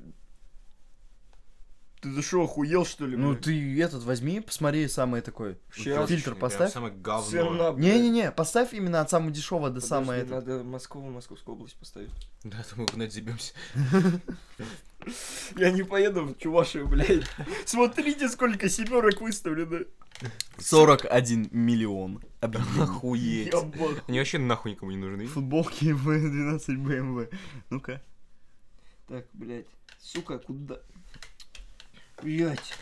D: Ты за что, охуел, что ли,
C: Ну
D: блядь?
C: ты этот возьми, посмотри самый такой.
D: Щас.
C: фильтр
B: Прям
C: поставь.
B: Самое говно.
D: Всё равно, блядь.
C: Не-не-не, поставь именно от самого дешевого до
D: Подожди,
C: самого этого.
D: Надо Москву, Московскую область поставить.
B: Да, то мы гнать забьемся.
D: Я не поеду в Чувашию, блядь. Смотрите, сколько семерок выставлено.
C: 41 миллион. Охуеть.
D: Ебать.
B: Они вообще нахуй никому не нужны.
C: Футболки V12 BMW. Ну-ка.
D: Так, блядь. Сука, куда? Блядь.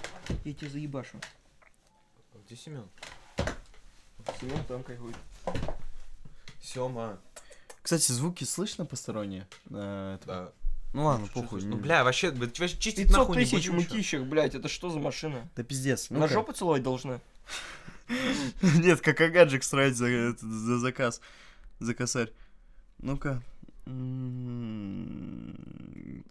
D: Я тебя заебашу.
B: Где Семен?
D: Семен там кайфует.
B: Сема.
C: Кстати, звуки слышно посторонние? Э, это-
B: Да.
C: Ну ладно, похуй.
B: Ну,
C: не-
B: бля, вообще, бля, тебя же чистить
D: 500
B: нахуй не
D: тысяч
B: будем ничего.
D: мутищек, блядь, это что за машина?
C: Да пиздец.
D: На
C: ну-ка.
D: жопу целовать должна?
C: Нет, как Агаджик срать за, этот- за заказ. За косарь. Ну-ка. М,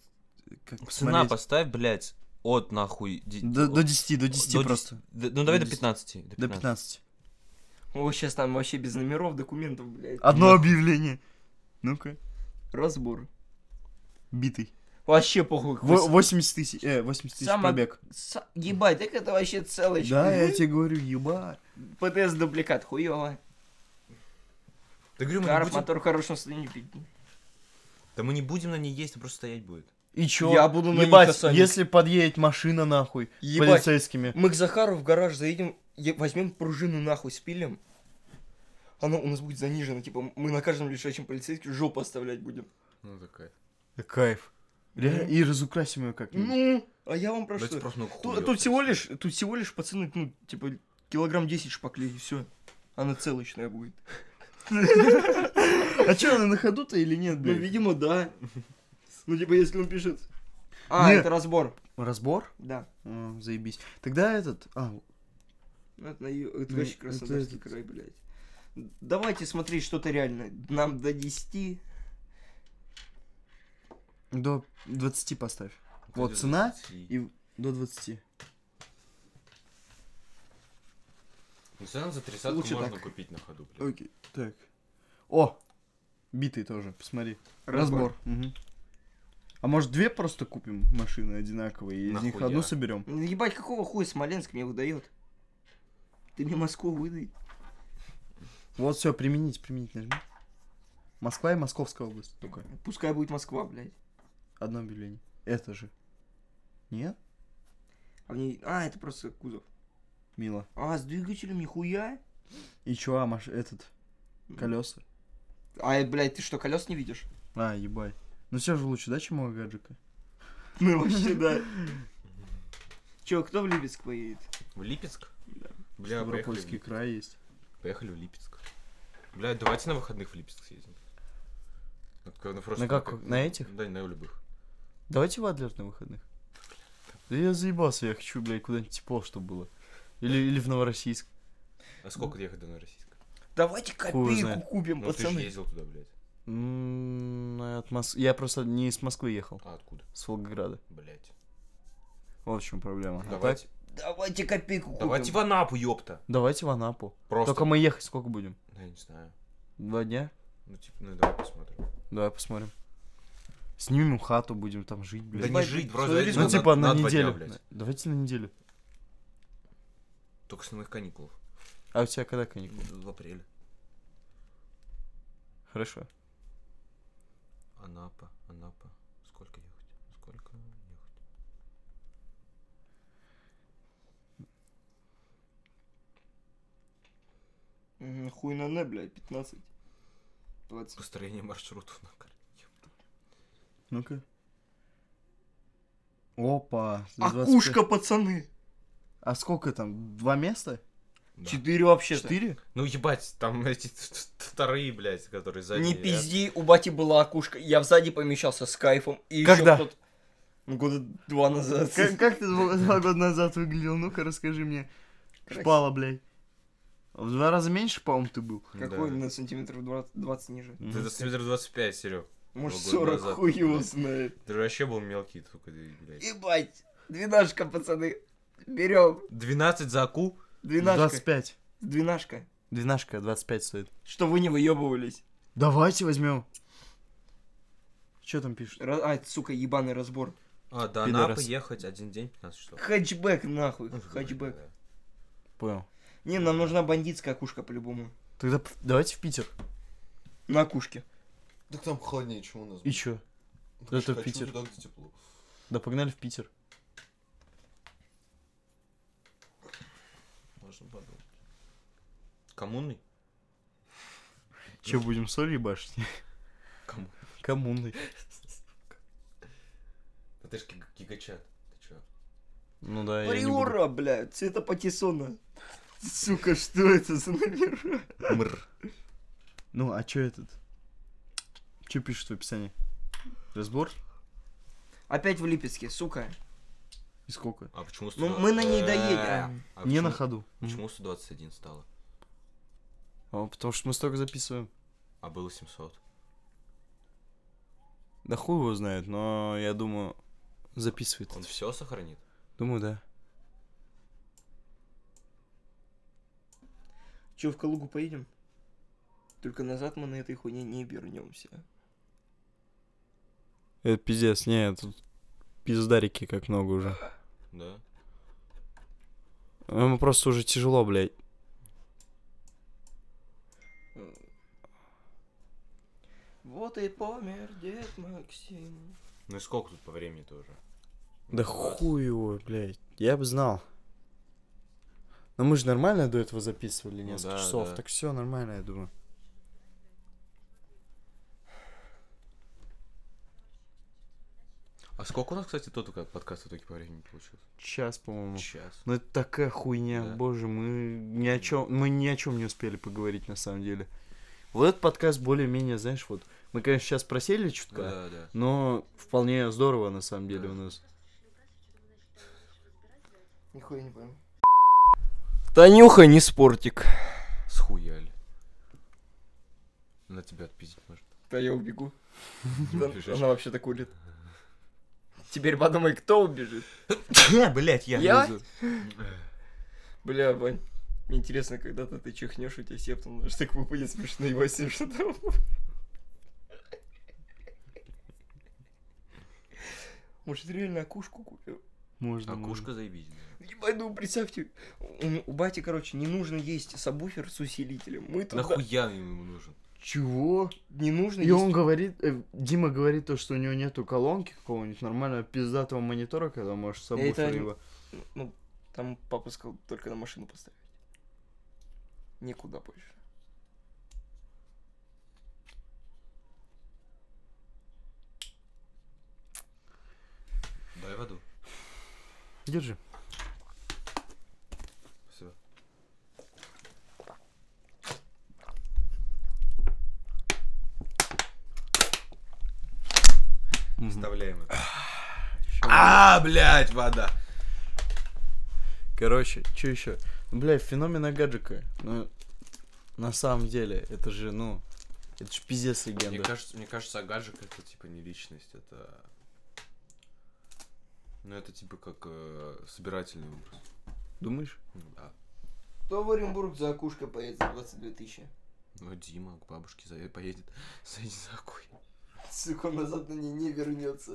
C: Как
B: Цена
C: посмотреть?
B: поставь, блядь, от нахуй... ди-
C: До, до
B: от-
C: 10, до 10
B: до
C: просто.
B: 10. Да, Ну, давай
C: До 10.
B: до 15.
C: До 15.
D: О, сейчас там вообще без номеров, документов, блядь.
C: Одно объявление. Ну-ка.
D: Разбор.
C: Битый.
D: Вообще похуй. как
C: Во-
D: вы
C: 80 тысяч. Э, 80 тысяч
D: Сама-
C: пробег.
D: с- с- Ебать, так это вообще целый
C: Да, я тебе говорю, еба.
D: ПТС дубликат, хуёво.
B: Да говорю, мы не
D: Каров
B: будем...
D: мотор в хорошем состоянии.
B: Да мы не будем на ней есть, а просто стоять будет.
C: И чё?
D: Я буду на них
C: Ебать,
D: косами.
C: если подъедет машина нахуй.
D: Ебать.
C: Полицейскими.
D: Мы к Захару в гараж заедем, е- возьмем пружину нахуй, спилим. Она у нас будет занижена, типа мы на каждом лежачем полицейском жопу оставлять будем.
B: Ну, такая.
C: Да Кайф. Реально, и разукрасим ее как-нибудь.
D: Ну, а я вам про
B: Давайте
D: что?
B: просто
C: ну,
B: много
D: Тут,
B: хуёв.
D: тут всего лишь, тут всего лишь, пацаны, ну, типа, килограмм 10 шпаклей, и все. Она целочная будет.
C: А что, она на ходу-то или нет,
D: Ну,
C: блядь?
D: видимо, да. Ну, типа, если он пишет. А,
C: Нет.
D: это разбор.
C: Разбор?
D: Да.
C: М, Заебись. Тогда этот... А,
D: Ну, Это, на ю- это
C: Ну,
D: вообще
C: это
D: Краснодарский
C: этот.
D: край, блядь. Давайте смотреть что-то реальное. Нам до 10.
C: до 20 поставь. Вот
B: Где
C: цена
B: 20?
C: и до 20.
B: Ну, цена за тридцатку
C: Лучше
B: можно
C: так.
B: купить на ходу, блядь.
C: Окей, так. О! Битый тоже, посмотри. Разбор. Мгм. А может две просто купим машины одинаковые, и из них
B: Нахуя?
C: одну соберем?
D: Ну, Ебать, какого хуя Смоленск мне выдает? Ты мне Москву выдай.
C: Вот все, применить, применить нажми. Москва и Московская область только.
D: Пускай будет Москва, блядь.
C: Одно объявление. Это же. Нет?
D: А, в ней- а, это просто кузов.
C: Мило.
D: А, с двигателем нихуя?
C: И чё, а маш... этот?
D: Мгм.
C: Колеса.
D: А, э, блядь, ты что, колес не видишь?
C: А, ебай. Ну все же лучше, да, чем у гаджика?
D: Ну, вообще, да. Че, кто в Липецк поедет?
B: В Липецк? Бля, поехали в
C: Ставропольский
B: Липецк.
C: край есть.
B: Поехали в Липецк. Бля, давайте на выходных в Липецк съездим. На, к- просто
C: На как- на этих?
B: Да, на любых.
C: Давайте в Адлер на выходных. Да я заебался, я хочу, блядь, куда-нибудь тепло, чтобы было. Или, или в Новороссийск.
B: А сколько ехать до Новороссийска?
D: Давайте
C: Хуй
D: копейку
C: знает.
D: купим,
B: Ну, ты же
D: пацаны.
B: ездил туда, блядь.
C: М, ну, я от Мос- Я просто не из Москвы ехал,
B: А откуда?
C: с Волгограда.
B: Блядь.
C: Вот в чем проблема. А
B: Давайте,
C: так,
D: Давайте копейку купим.
B: давайте в Анапу, ёпта.
C: давайте в Анапу.
B: Просто.
C: Только мы ехать сколько будем?
B: Да, я не знаю.
C: Два дня?
B: Ну, типа, ну давай посмотрим.
C: Давай посмотим. Снимем хату, будем там жить,
B: Да
C: блядь.
B: не
D: Ебать,
B: жить,
D: ну,
B: просто
D: смотри,
B: заедем
C: ну, типа на,
B: два дня,
C: неделю.
B: блядь.
C: давайте на неделю.
B: Только с моих каникул.
C: А у тебя когда каникулы?
B: В апреле.
C: Хорошо.
B: Анапа, Анапа. Сколько ехать? Сколько ехать?
D: Мгм, Хуй на не, блядь, 15. 20.
B: Построение маршрутов на карте. Ёпта.
C: Ну-ка. Опа. за 25.
D: Акушка, пацаны.
C: А сколько там? Два места?
B: Да.
D: Четыре вообще-то.
C: Четыре?
B: Ну ебать, там эти т- т- вторые, блядь, которые сзади.
D: Не
B: ряд.
D: пизди, у бати была акушка. Я сзади помещался с кайфом. И ещё
C: Когда?
D: кто-то- Ну, года два назад.
C: Как, как ты два, два года назад выглядел? Ну-ка, расскажи мне.
D: Красиво.
C: Шпала, блядь. В два раза меньше, по-моему, ты был.
B: Да.
D: Какой на сантиметров 20, 20 ниже?
B: Ты до сантиметра 25, Серег.
D: Может,
B: года
D: 40,
B: назад,
D: хуй его
B: блядь.
D: знает.
B: Ты же вообще был мелкий, только, ты, блядь.
D: Ебать. Двенашка, пацаны. Берем.
B: 12 за аку?
D: Двенашка.
C: 25.
D: Двенашка.
C: Двенашка 25 стоит.
D: Что вы не выебывались?
C: Давайте возьмем. Че там пишут?
D: Ра- А, сука, ебаный разбор.
B: А, до Анапы
C: Пидорас.
B: ехать один день 15 часов.
D: Хэтчбэк, нахуй.
B: Ну,
D: Хэтчбэк.
B: да.
C: Понял.
D: Не, нам нужна бандитская акушка по-любому.
C: Тогда п- давайте в Питер.
D: На акушке.
E: Так там холоднее, чем у нас.
C: И чё?
E: Ну,
C: это
E: хочу
C: Питер.
E: туда, где тепло.
C: Да погнали в Питер.
B: Можно подумать. Коммунный?
C: Че, будем соль ебашить?
B: Кому?
C: Коммунный.
B: Да ты ж гиг- гигачат. Ты чё?
C: Ну да, я не буду.
D: Приора, блядь, цвета патиссона. Сука, что это за номера?
B: Мр.
C: Ну, а чё этот? Че пишут в описании? Разбор?
D: Опять в Липецке, сука.
C: И сколько?
B: А почему...
D: Ну,
B: 100?
D: мы на ней
B: Э,
D: доедем.
B: а
C: Не на
B: почему-
C: ходу.
B: Почему 121 стало?
C: А, потому что мы столько записываем.
B: А было 700.
C: Да хуй его знает, но я думаю, записывает.
B: Он все сохранит?
C: Думаю, да.
D: Че, в Калугу поедем? Только назад мы на этой хуйне не вернемся.
C: Это пиздец, не, тут пиздарики как много уже.
B: Да.
C: Ему просто уже тяжело, блядь.
D: Вот и помер дед Максим.
B: Ну и сколько тут по времени тоже?
C: Да хуй его, блядь. Я бы знал. Но мы же нормально до этого записывали
B: Ну
C: несколько
B: да,
C: часов.
B: да.
C: Так все нормально, я думаю.
B: А сколько у нас, кстати, тот подкаст в итоге по времени получился?
C: Час, по-моему.
B: Час.
C: Ну это такая хуйня,
B: Да.
C: боже, мы ни о чем, мы ни о чем не успели поговорить на самом деле. Вот этот подкаст более-менее, знаешь, вот мы, конечно, сейчас просели чутка,
B: Да, да.
C: но вполне здорово на самом деле
B: Да.
C: у нас.
D: Нихуя не понял. Танюха не спортик.
B: Схуяли. На тебя отпиздить может.
D: Да я убегу.
B: Бежишь.
D: вообще-то курит. Теперь подумай, кто убежит.
C: Блять, я.
D: Я? Бля, Вань, мне интересно, когда-то ты чихнешь, у тебя септом, знаешь, так выпадет смешно, и Вася что-то... Может, реально окушку купил?
B: А
C: Можно. можно.
B: Окушка заебись. да.
D: Ебать, ну представьте, у, у бати, короче, не нужно есть сабвуфер с усилителем. Мы туда...
B: Нахуя ему нужен?
D: Чего? Не нужно
C: И
D: есть...
C: он говорит, э, Дима говорит то, что у него нету колонки какого-нибудь нормального пиздатого монитора, когда можешь сабвуфер
D: не-
C: его.
D: Ну, там папа сказал только на машину поставить. Никуда больше.
B: Дай воду.
C: Держи.
B: Спасибо. Вставляем это. А, блядь, вода.
C: Короче, что еще? Ну, бля, феномена гаджика. Ну, на самом деле, это же, ну, это же пиздец
B: Мне
C: легенда.
B: кажется, мне кажется, гаджик это типа не личность, это... Ну, это типа как э, собирательный образ.
C: Думаешь?
B: Ну, Да.
D: Кто в Оренбург за окушкой поедет за 22 тысячи?
B: Ну, Дима к бабушке за- поедет, сойди за хуй.
D: Сука, он назад на ней не вернется.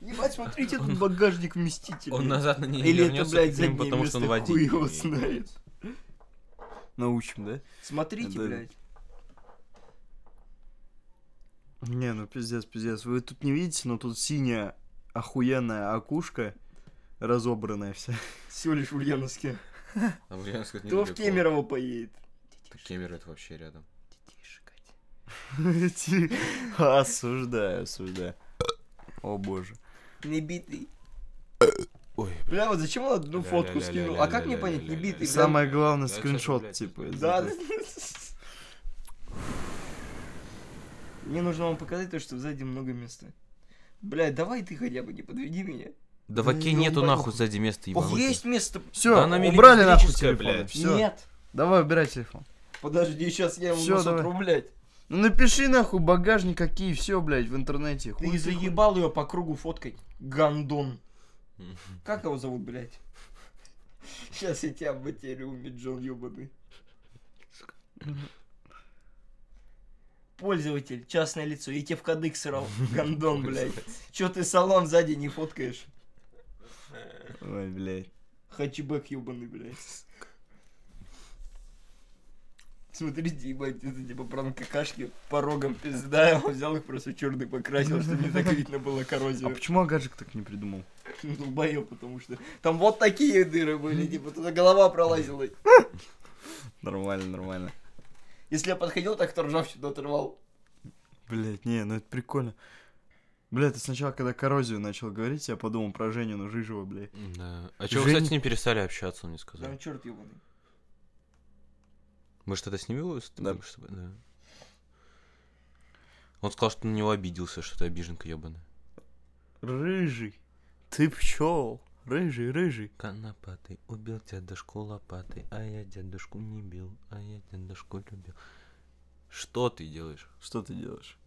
D: Ебать, смотрите, тут багажник вместительный.
B: Он назад на ней
D: Или это,
B: вернётся
D: блядь,
B: к ним,
D: заднее
B: потому что он
D: место,
B: водитель.
D: хуй его знает.
C: Научим, да?
D: Смотрите,
C: Да.
D: блядь.
C: Не, ну пиздец, пиздец. Вы тут не видите, но тут синяя охуенная окушка, разобранная вся.
D: Всего лишь в Ульяновске.
B: А, блин, сказать,
D: Кто в
B: недалеко.
D: Кемерово поедет?
B: Так Кемерово это вообще рядом.
D: Тише, Катя.
C: Ти- Осуждаю, осуждаю. О боже.
D: Небитый.
B: Ой,
D: Бля, вот зачем он
B: Ля-ля-ля-ля-ля-ля-ля-ля-ля.
D: одну Ну, фотку скинул? А как мне понять, небитый? бля?
C: Самое главное,
B: Да, это же,
C: скриншот,
B: блядь,
C: типа. из
D: Да, да.
C: этого.
D: Мне нужно вам показать то, что сзади много места. Блядь, давай ты хотя бы не подведи меня.
B: Да в оке
C: ну,
B: нету
C: блядь.
B: нахуй сзади места, ебанутый.
D: Есть место.
C: Всё,
B: Да она
C: убрали нахуй
B: милитаристическая,
C: телефон.
B: блядь.
C: Все,
D: Нет.
C: давай убирай телефон.
D: Подожди, сейчас я ему
C: Всё,
D: буду
C: давай.
D: отрублять.
C: Ну напиши нахуй багажник какие, все, блядь, в интернете.
D: Ты
C: Хуй хуй.
D: заебал ее по кругу фоткать. Гандон.
B: Мгм.
D: Как его зовут, блядь? Сейчас я тебя потерю, Джон ёбаный. Пользователь, частное лицо, я тебе в кадык срал. Гандон, блядь. Чё ты салон сзади не фоткаешь?
C: Ой, блядь.
D: Хачибэк ебаный, блядь. Смотрите, ебать, это типа пранк какашки порогом пизда, он взял их просто черный покрасил, чтобы не так видно было
C: А
D: коррозию.
C: почему Агаджик так не придумал?
D: Ну, долбоёб, потому что там вот такие дыры были, типа туда голова пролазила.
C: Нормально, нормально.
D: Если я подходил, так торжав сюда оторвал.
C: Блять, не, ну это прикольно. Бля, ты сначала, когда коррозию начал говорить, я подумал про Женину Жижева, блядь.
B: Да. А чего,
C: Жень-
B: кстати, не перестали общаться, он не сказал.
D: Там черт ебаный.
B: Мы же тогда с ним его с-
C: Да.
B: мы ж с тобой- да. Он сказал, что на него обиделся, что ты обиженка ебаная.
C: Рыжий. Ты пчел. Рыжий, рыжий.
B: Конопатый убил дедушку лопатой, а я дедушку не бил, а я дедушку любил. Что ты делаешь?
C: Что ты делаешь?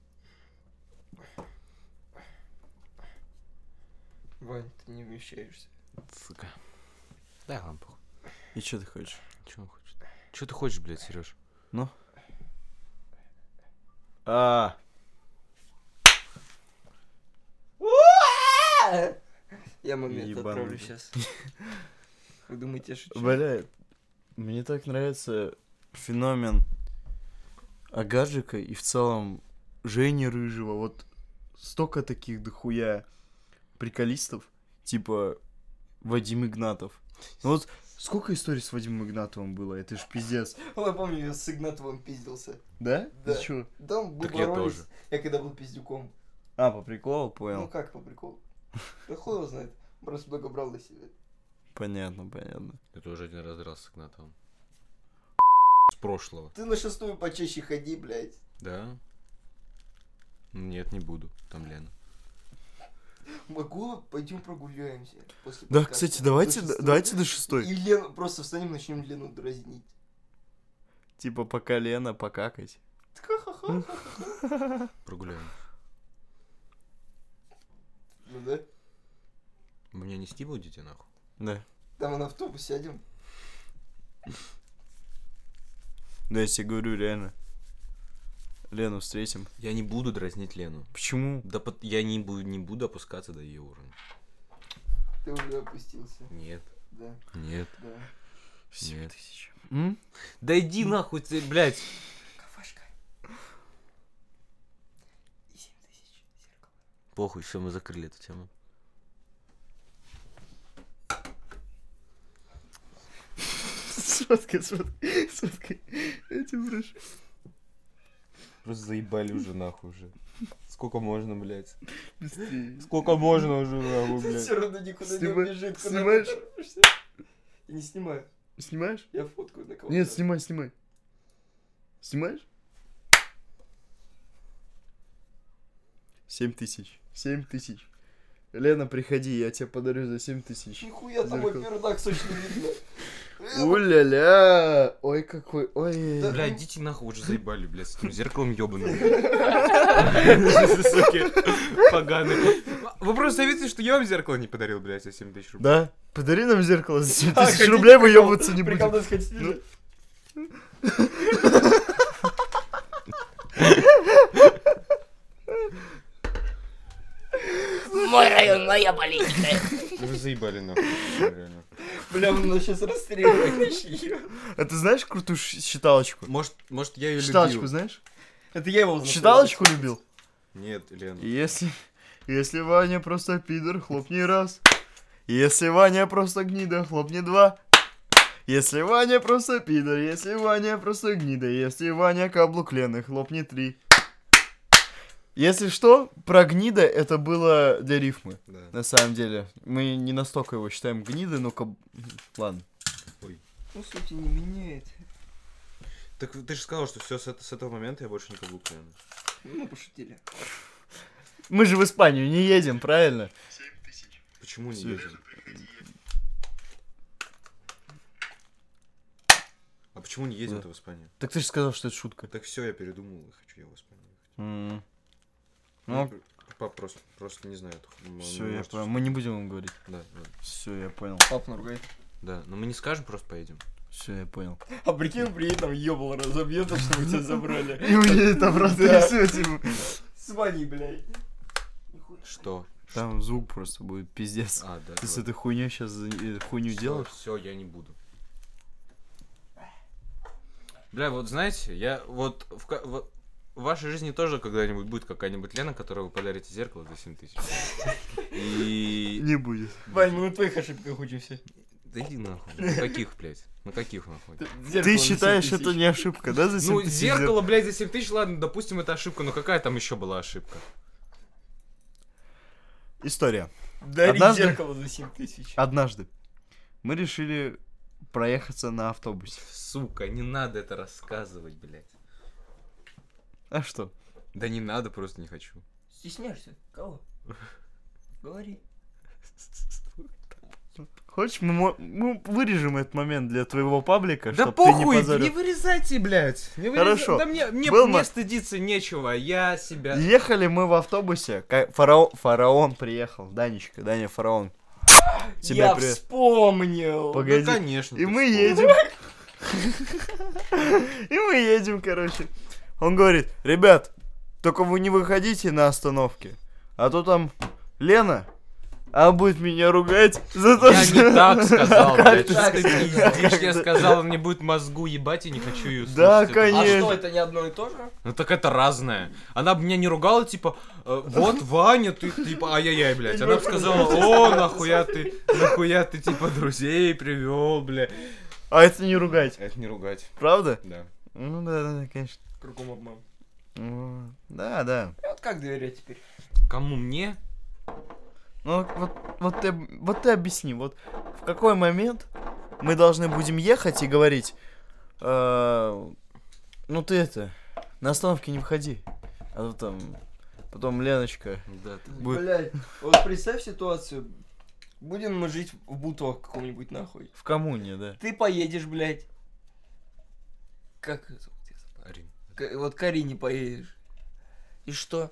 D: Вань, ты не вмещаешься.
B: Сука. Дай лампу.
C: И что ты хочешь?
B: Чего он хочет? Чего ты хочешь, блядь, Сереж?
C: А,
D: Я момент
C: Ебаный ты.
D: отправлю сейчас. Вы думаете, я шучу?
C: бля, мне так нравится феномен Агаджика и в целом Жени Рыжего. Вот столько таких дохуя приколистов, типа Вадим Игнатов. Ну вот сколько историй с Вадимом Игнатовым было? Это ж пиздец.
D: Ой, Я помню, я с Игнатовым пиздился.
C: Да?
D: Да.
C: Ты чё?
D: Да, мы
B: Так я
D: боролись.
B: тоже.
D: Я когда был пиздюком.
E: А, по приколу, понял.
D: Ну как по приколу? Да хуй его знает. Просто много брал на себя.
E: Понятно, понятно.
B: Я тоже один раз дрался с Игнатовым. С прошлого.
D: Ты на шестую почаще ходи, блядь.
B: Да? Нет, не буду. Там Лена.
D: Могу, пойдем прогуляемся. после
C: Ну,
E: Да,
D: подкаста.
E: кстати, давайте,
D: До
E: д-
D: шестой.
E: давайте до
D: И
E: шестой.
D: Лену, просто встанем, начнем Лену дразнить.
E: Типа по колено покакать.
D: Ха-ха-ха.
B: Прогуляем.
D: Ну да.
B: Вы меня нести будете, нахуй?
E: Да.
D: Там на автобус сядем.
E: Да, я тебе говорю, реально. Лену встретим.
B: Я не буду дразнить Лену.
E: Почему?
B: Да пот- я не буду, не буду опускаться до ее уровня.
D: Ты уже опустился.
B: Нет.
D: Да,
B: Нет.
D: да.
B: Нет.
E: М?
B: Да иди нахуй ты, блядь.
D: Кафешка. И 7 тысяч зеркало.
B: Похуй, все, мы закрыли эту тему.
D: Сфоткай, сфоткай, сфоткай. Я тебя прошу.
B: Просто заебали уже нахуй уже. Сколько можно, блядь?
D: Быстрее.
B: Сколько можно уже, нахуй,
D: Ты все равно никуда
E: Снима-
D: не убежит. куда ты
E: снимаешь?
D: торопишься. Я не снимаю.
E: Снимаешь?
D: Я фоткаю на кого-то.
E: Нет, снимай, снимай. Снимаешь? Семь тысяч. Семь тысяч. Лена, приходи, я тебе подарю за семь тысяч.
D: Нихуя там мой
E: Зеркало.
D: пердак сочно видно. Э,
E: Уля-ля! Ой, какой, ой.
D: Да.
B: Бля, идите нахуй, уже заебали, блядь, с этим зеркалом ёбаным. Суки, поганые. Вы просто видите, что я вам зеркало не подарил, блядь, за 7 тысяч рублей.
E: Да? Подари нам зеркало за 7
D: А,
E: тысяч
D: хотите
E: рублей,
D: прикол?
E: выебываться не
D: Прикол
E: будем.
D: нас хотите
E: Ну.
D: видеть?
B: Вы заебали нахуй, реально.
D: Бля, он нас сейчас расстреливает.
E: А ты знаешь крутую щ- считалочку?
B: Может, может, я ее
E: Считалочку
B: любил.
E: знаешь?
D: Это я его узнал.
E: Считалочку любил?
B: Нет, Лен.
E: Если... Если Ваня просто пидор, хлопни раз. Если Ваня просто гнида, хлопни два. Если Ваня просто пидор, если Ваня просто гнида, если Ваня каблук Лены, хлопни три. Если что, про гнида это было для рифмы.
B: Да.
E: На самом деле, мы не настолько его считаем гнидой, ну-ка, ладно.
D: Ну, сути, не меняет.
B: Так ты же сказал, что все с, это- с этого момента я больше не каблук Лены.
D: Ну, пошутили.
E: Мы же в Испанию не едем, правильно?
B: Почему не
E: Всё.
B: едем? А почему не едем
E: Да.
B: ты в Испанию?
E: Так ты же сказал, что это шутка.
B: Так все, я передумал, и хочу я в Испанию. ехать.
E: М.
B: Ну,
E: Ну,
B: пап просто, просто не знает. М- ну,
E: все, я
B: может,
E: понял. Мы не будем им говорить.
B: Да, да.
E: Все, я понял.
D: Пап наругает.
B: Да, но мы не скажем, просто поедем.
E: Все, я понял.
D: А прикинь, при этом ебал разобьет, что мы тебя забрали.
E: И уедет обратно,
D: Да.
E: и все, типа.
D: Звони, блядь.
B: Что?
E: Там звук просто будет пиздец.
B: А, да.
E: Ты с этой хуйней сейчас э, хуйню делаешь?
B: Все, я не буду. Бля, вот знаете, я вот в, ка- в- в вашей жизни тоже когда-нибудь будет какая-нибудь Лена, которой вы подарите зеркало за 7 тысяч. И...
E: Не будет.
D: Вань, мы на твоих ошибках учимся.
B: Да иди нахуй. На каких, блядь? На каких нахуй?
E: Ты считаешь, это не ошибка, да, за 7
B: Ну,
E: тысяч
B: зеркало, блядь, за 7 тысяч, ладно, допустим, это ошибка, но какая там еще была ошибка?
E: зер- История.
D: Дари
E: Однажды-
D: зеркало за 7 тысяч.
E: Однажды мы решили проехаться на автобусе.
B: Сука, не надо это рассказывать, блядь.
E: А что?
B: Да не надо, просто не хочу.
D: Стесняешься? Кого? Говори.
E: Хочешь, мы, мо- мы вырежем этот момент для твоего паблика,
B: Да
E: А чтоб ты
B: похуй, не,
E: не позорил.
B: вырезайте, блядь. Не вырезай-
E: Хорошо.
B: Да мне, мне,
E: Был
B: мне
E: мо-
B: стыдиться нечего, я себя...
E: Ехали мы в автобусе, ка- фараон, фараон приехал, Данечка, Даня фараон. Тебя
D: Я
E: привет.
D: вспомнил.
E: Пог-
B: Ну,
E: погоди.
B: конечно.
E: И
B: ты
E: мы
B: вспомнил.
E: едем. И мы едем, короче. Он говорит, ребят, только вы не выходите на остановке, а то там Лена, она будет меня ругать за то,
B: Я
E: что...
B: не так сказал, блядь.
D: ты
B: что ты
D: сказал?
B: пиздишь? Я сказал, мне будет мозгу ебать, я не хочу ее слушать.
E: Да,
B: Это-
E: конечно.
D: А
E: Нет.
D: что, это не одно и то же?
B: Ну так это разное. Она бы меня не ругала, типа, э, вот, Ваня, ты, типа, ай-яй-яй, блядь. Она бы сказала, о, нахуя ты, нахуя ты, типа, друзей привел, блядь.
E: А это не ругать,
B: Это не ругать,
E: правда?
B: да.
E: Ну да, да, да, конечно.
D: Кругом обман.
E: М, Да, да.
D: Вот как доверять теперь?
B: Кому мне?
E: Ну вот, вот, ты, вот ты объясни, вот в какой момент мы должны будем ехать и говорить, э, ну ты это, на остановке не входи, а то там потом Леночка.
B: Да, ты...
E: Будет-
D: Блять, вот представь ситуацию. Будем мы жить в Бутово каком-нибудь нахуй.
E: В коммуне, да.
D: Ты поедешь, блядь. Как её зовут? Я забыл.
B: Арин.
D: К- Вот к Арине поедешь. И что?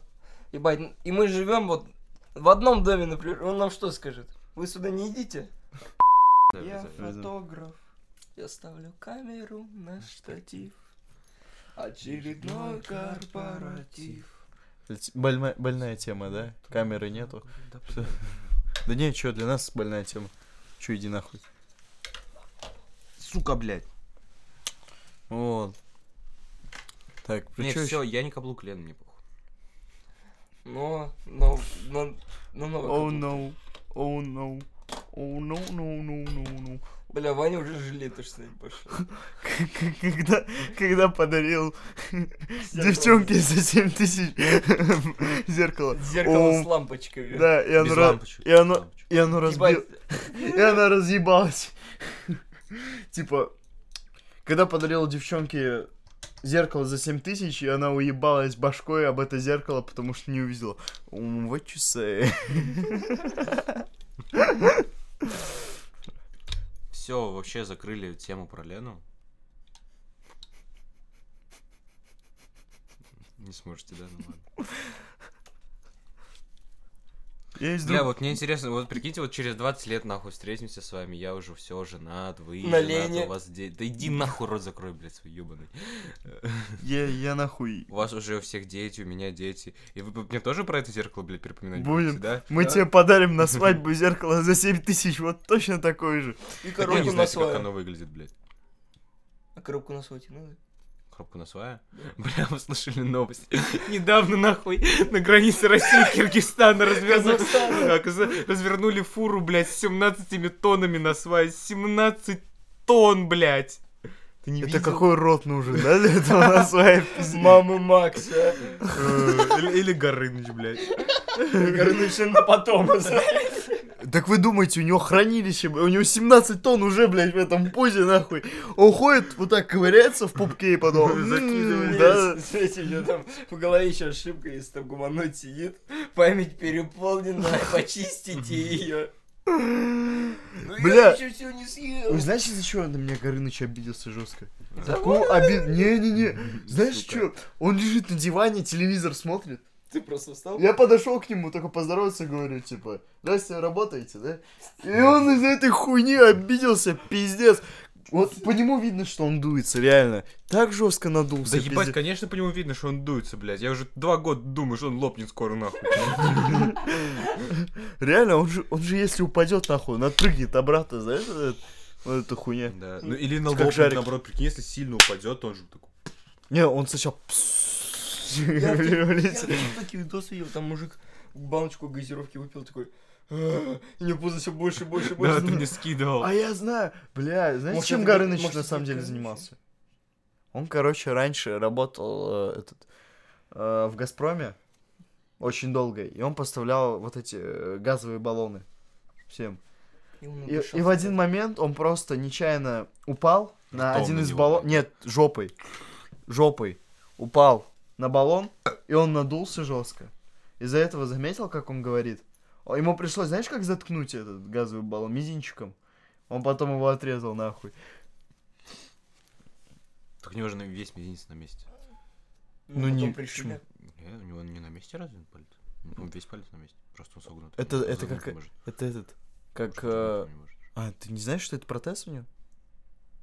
D: Ебать, н- и мы живем вот в одном доме, например. Он нам что скажет? Вы сюда не идите?
B: Да,
D: Я
B: да, да.
D: фотограф. Я ставлю камеру на штатив. Очередной корпоратив.
E: Ведь больна- больная тема, да? Камеры нету. Всё. Да не, чё, для нас больная тема. Чё, иди нахуй.
B: Сука, блядь.
E: Вот. Так, при
B: Не,
E: чём
B: все,
E: ещё?
B: я не каблук, Лен, мне похуй.
D: Но, но, но, но, новый
E: Oh
D: каблук.
E: no, oh no, oh no, no, no, no, no.
D: Бля, Ваня уже жилеты что ли пошел.
E: Когда, когда подарил
D: Зеркало.
E: девчонке за 7 тысяч зеркало.
D: Зеркало
E: Ом.
D: с лампочкой.
E: Да, и оно,
B: Без
E: ра-
B: лампочек,
E: и
B: без
E: оно,
B: лампочек.
E: и оно разбил, и она разъебалась. Типа, когда подарил девчонке зеркало за 7 тысяч, и она уебалась башкой об это зеркало, потому что не увидела. М, What you say?
B: Все, вообще закрыли тему про Лену. Не сможете, да? Ну ладно.
E: Есть
B: Бля,
E: друг.
B: вот мне интересно, вот прикиньте, вот через 20 лет нахуй встретимся с вами, я уже все женат, вы
D: На
B: женаты,
D: Лене.
B: у вас дети. Да иди нахуй рот закрой, блядь, свой ебаный.
E: Я, я нахуй.
B: У вас уже у всех дети, у меня дети. И вы мне тоже про это зеркало, блядь, припоминать
E: Будем.
B: будете, да?
E: Мы тебе подарим на свадьбу зеркало за 7 тысяч, вот точно такое же.
B: Хотя вы
D: И
B: не
D: коробку на
B: знаете, как
D: свое.
B: оно выглядит, блядь.
D: А коробку на свой тянули?
B: Коробку на свая? Бля, вы слышали новость. Недавно, нахуй, на границе России и Киргизстана развернули, Каза- развернули фуру, блядь, с 17 тоннами на свае. 17 тонн, блядь. Ты не
E: Это
B: видел?
E: какой рот нужен, да, для этого на свадьбе?
D: Мама Макса.
B: Э, Или или Горыныч, блядь.
D: Горнышин на А потом.
E: Так вы думаете, у него хранилище, бля, у него 17 тонн уже, блядь, в этом позе, нахуй. Он ходит, вот так ковыряется в пупке и потом... м,
D: Закидывает.
E: да.
D: Смотрите, у него там в голове еще ошибка, если там гуманоид сидит. Память переполнена, почистите Ну, ее.
E: Бля.
D: еще все не съел.
E: Вы знаете, из-за чего на меня Горыныч обиделся жестко?
D: Да
E: Такого обид... Не-не-не. Знаешь
B: Сука.
E: что? Он лежит на диване, телевизор смотрит.
D: Ты просто встал?
E: Я подошел к нему, только поздороваться говорю, типа, здрасте, работаете, да? И он из-за этой хуйни обиделся, пиздец. Вот по нему видно, что он дуется, реально. Так жестко надулся.
B: Да ебать,
E: пиздец.
B: конечно, по нему видно, что он дуется, блядь. Я уже два года думаю, что он лопнет скоро, нахуй.
E: Реально, он же, он же если упадет нахуй, он отпрыгнет обратно, знаешь, вот, это- вот эта хуйня.
B: Да. Ну или на
E: Как
B: лопнет,
E: шарик.
B: наоборот, прикинь, если сильно упадет, он же такой.
E: Не, он сначала...
D: Я в тик- я в
E: влетит.
D: ТикТоке видос видел, там мужик баночку газировки выпил такой. «А, И не пузо все больше, больше,
B: Да,
D: больше.
B: ты мне скидывал.
E: А я знаю, бля, знаете,
D: Может,
E: чем
D: это не-
E: Горыныч
D: может,
E: на
D: это
E: самом
D: не
E: деле
D: Горыныч?
E: занимался? Он, короче, раньше работал э, этот, э, в Газпроме очень долго, и он поставлял вот эти э, газовые баллоны всем.
D: И
B: Ну,
D: он
E: И,
D: надышался.
E: и в один момент он просто нечаянно упал на
B: Ртом
E: один
B: на
E: из
B: него,
E: баллонов.
B: блядь.
E: Нет, жопой. Жопой. Упал на баллон, и он надулся жестко. Из-за этого заметил, как он говорит. О, Ему пришлось, знаешь, как заткнуть этот газовый баллон? Мизинчиком. Он потом его отрезал нахуй.
B: Так у него же на- весь мизинец на месте.
E: ну
D: потом
E: не-
D: пришли,
E: почему?
D: да.
B: Не, у него не на месте разве палец? Он весь палец на месте. Просто он согнут.
E: Это-
B: Он
E: это
B: повернуть
E: как- э,
B: не может.
E: Это
B: Он
E: этот, как...
B: что-то повернуть
E: э,
B: не может.
E: А, ты не знаешь, что это протез у него?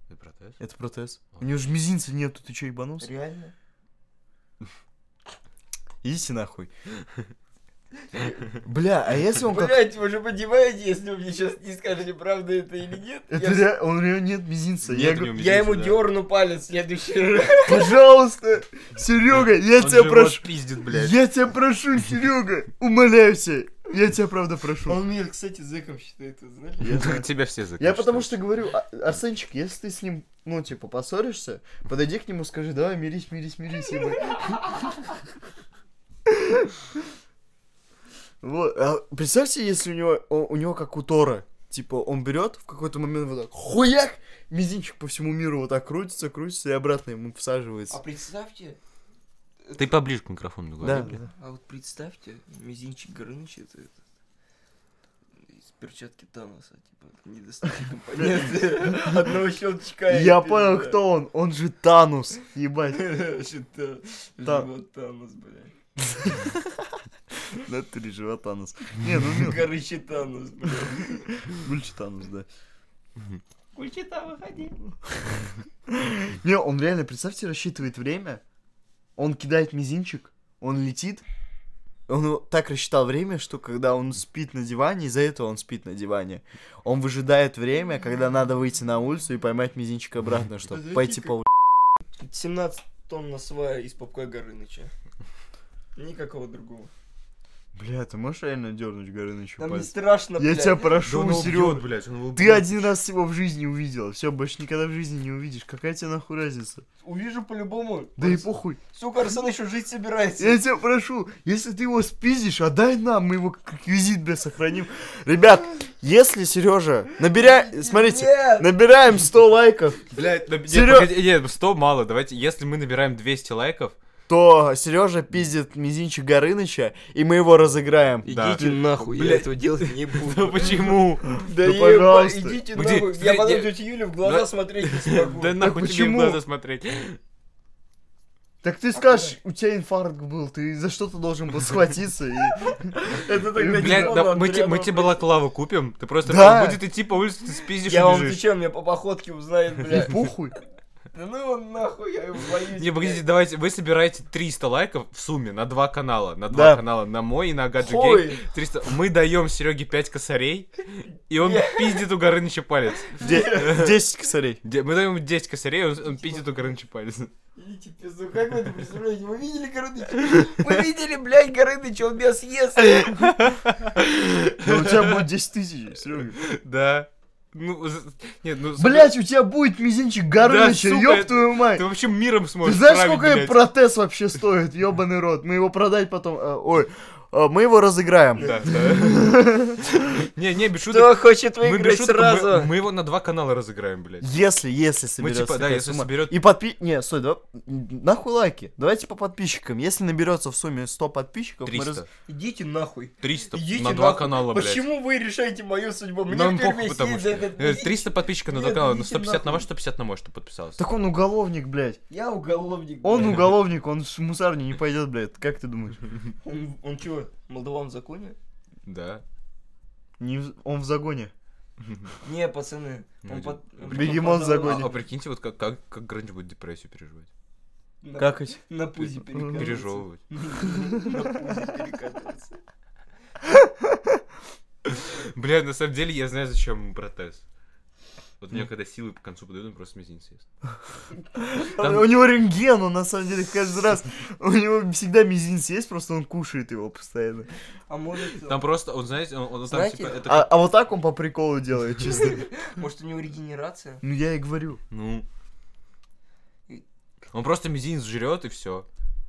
B: Это протез?
E: Это протез. У
B: А.
E: него же мизинца нету, ты чё, ебанулся?
D: Реально?
E: Идите нахуй. Бля, а если он как...
D: Блять, вы же понимаете, если вы мне сейчас не скажете, правда это или нет,
E: Это
D: я,
E: ре- Он реально нет мизинца.
B: Нет
E: я
B: у
E: говорю,
B: него
D: я ему
B: мизинца, да.
D: дерну палец в следующий раз.
E: Пожалуйста, Серега, я
B: Он
E: тебя
B: же
E: прошу.
B: вот пиздит, блядь.
E: Я тебя прошу, Серега, умоляю тебя. Я тебя правда прошу.
D: Он меня, кстати, зэком считает, вы знали?
E: Я
B: Да,
E: знаю.
B: Тебя все закрыли.
E: Я потому что говорю, «А- Арсенчик, если ты с ним, ну, типа, поссоришься, подойди к нему, скажи, давай, мирись, мирись, мирись, ебать». Вот. а представьте, если у него, о- у него как у Тора. Типа, он берет в какой-то момент вот так хуяк, мизинчик по всему миру вот так крутится, крутится и обратно ему всаживается.
D: А представьте,
B: Ты поближе к микрофону говори,
E: Да,
B: блин.
E: да.
D: а вот представьте, мизинчик Горыныча это этот, из перчатки Таноса, типа, не достаточно компонент. Одного щелчка. и пизда.
E: Я понял, кто он. Он же Танус. Ебать.
D: Вообще-то,
E: Та-
D: живот Танос, блядь.
E: Да ты живот Танус. Не, ну мил.
D: Короче, Танос, блядь.
E: Мульч Танус, да.
D: Кучета, выходи.
E: Не, он реально, представьте, рассчитывает время. Он кидает мизинчик, он летит. Он его так рассчитал время, что когда он спит на диване, из-за этого он спит на диване. Он выжидает время, когда надо выйти на улицу и поймать мизинчик обратно, чтобы
D: Подожди,
E: пойти
D: как-
E: по
D: 17 тонн на свая из попка Горыныча. Никакого другого.
E: Бля, ты можешь реально дернуть Горынычу
D: Там не
E: палец?
D: страшно,
E: Я
D: блядь.
E: тебя прошу, Серёг.
B: убьет, блядь, он его
E: Ты один раз его в жизни увидел. Все, больше никогда в жизни не увидишь. Какая тебе нахуй разница?
D: Увижу по-любому.
E: Да и
D: Он-
E: похуй.
D: Сука, Арсен еще жить собирается.
E: Я тебя прошу, если ты его спиздишь, отдай нам, мы его как реквизит, бля, сохраним. Ребят, если Сережа, набирай, смотрите,
D: Нет!
E: набираем 100 лайков,
B: Блядь, да, нет,
E: Серё-
B: погоди, нет, 100 мало, давайте, если мы набираем 200 лайков,
E: то Сережа пиздит мизинчик Горыныча, и мы его разыграем.
B: Да.
D: Идите нахуй, я
B: Блядь.
D: этого делать не
B: ну
D: буду.
B: почему?
D: Да
E: Ну,
D: еба,
E: пожалуйста.
D: идите
B: Где-
D: нахуй.
B: где-
D: Я потом
B: где-
D: тете Юле в глаза
B: Да.
D: смотреть не смогу.
B: Да нахуй тебе в
E: почему?
B: глаза смотреть.
E: Так ты скажешь, у тебя инфаркт был, ты за что-то должен был схватиться. и-
D: Это тогда
B: Блядь,
D: не
B: да
D: надо,
B: мы те- мы
D: Андрианов.
B: тебе балаклаву купим, ты просто
E: ну, Да.
B: он будет идти по улице, ты спиздишь и
D: Я вам
B: бежишь.
D: отвечаю, меня по походке узнает, бля.
E: Похуй.
D: Да ну он нахуй, я его боюсь.
B: Не, погодите,
D: блядь.
B: давайте, вы собираете 300 лайков в сумме на два канала, на
E: Да.
B: два канала, на мой и на Гаджи Гей.
D: Хуй.
B: 300. Мы даем Сереге 5 косарей, и он пиздит у Горыныча палец.
E: Де- 10 косарей.
B: Де- Мы даем 10 косарей, он, он пиздит у Горыныча палец.
D: Идите, пизду, как вы это представляете? Вы видели Горыныч? Вы видели, блядь, Горыныч, он меня съест.
E: Ну, у тебя будет 10 тысяч, Серега.
B: Да. Ну, з- нет, ну... сука,
E: Блять, у тебя будет мизинчик Горыныча,
B: сука,
E: ёб
B: это-
E: твою мать.
B: Ты вообще миром
E: Ты
B: сможешь
E: знаешь,
B: править,
E: сколько
B: блядь.
E: протез вообще стоит, ёбаный рот? Мы его продать потом... э, Ой, э, мы его разыграем.
B: Да, да. Не, не, без шуток.
D: Кто хочет
B: Мы без
D: выиграть
B: шуток,
D: сразу?
B: мы- мы его на два канала разыграем, блядь.
E: Если, если соберется
B: типа, да,
E: такая
B: если
E: сумма.
B: соберет-
E: И подпи... Не, стой, давай... Нахуй лайки. Давайте по подписчикам. Если наберется в сумме 100 подписчиков... мы раз-
B: 300.
D: Идите нахуй.
B: 300
D: Идите
B: на два
D: нахуй.
B: канала, блядь.
D: Почему вы решаете мою судьбу? Мне
B: Нам
D: в тюрьме
B: похуй, потому
D: сидеть
B: что...
D: за этот
B: Э,
D: пиздец.
B: 300 подписчиков на
D: Нет,
B: два канала, на
D: идите
B: 150 на
D: нахуй.
B: ваш, 150 на мой, что подписался.
E: Так он уголовник, блядь.
D: Я уголовник.
E: Он
D: блядь.
E: уголовник, он в мусарню не пойдет, блядь. Как ты думаешь?
D: Он, он чё, молдаван в законе?
B: Да.
E: Не в- Он в загоне.
D: Не, пацаны.
B: Ну,
D: он
B: иди.
D: под- он
E: Бегемот
D: подал-
E: в
B: А,
E: загоне.
B: а прикиньте, вот как, как, как Гранч будет депрессию переживать.
D: На,
E: Как это?
D: на пузе
E: Ну,
D: перекатываться.
B: Пережевывать.
D: На пузе перекатываться.
B: Бля, на самом деле я знаю, зачем ему протез. Вот у меня когда силы по концу подойдут, он просто мизинец съест. Там-
E: У него рентген, он на самом деле каждый раз... У него всегда мизинец есть, просто он кушает его постоянно.
D: А может,
B: Там просто, он, знаете, он, он там
D: Знаете,
B: типа, это
E: А
B: как-
E: а вот так он по приколу делает, чисто.
D: может у него регенерация?
E: Ну я и говорю.
B: ну... Он просто мизинец жрет и все.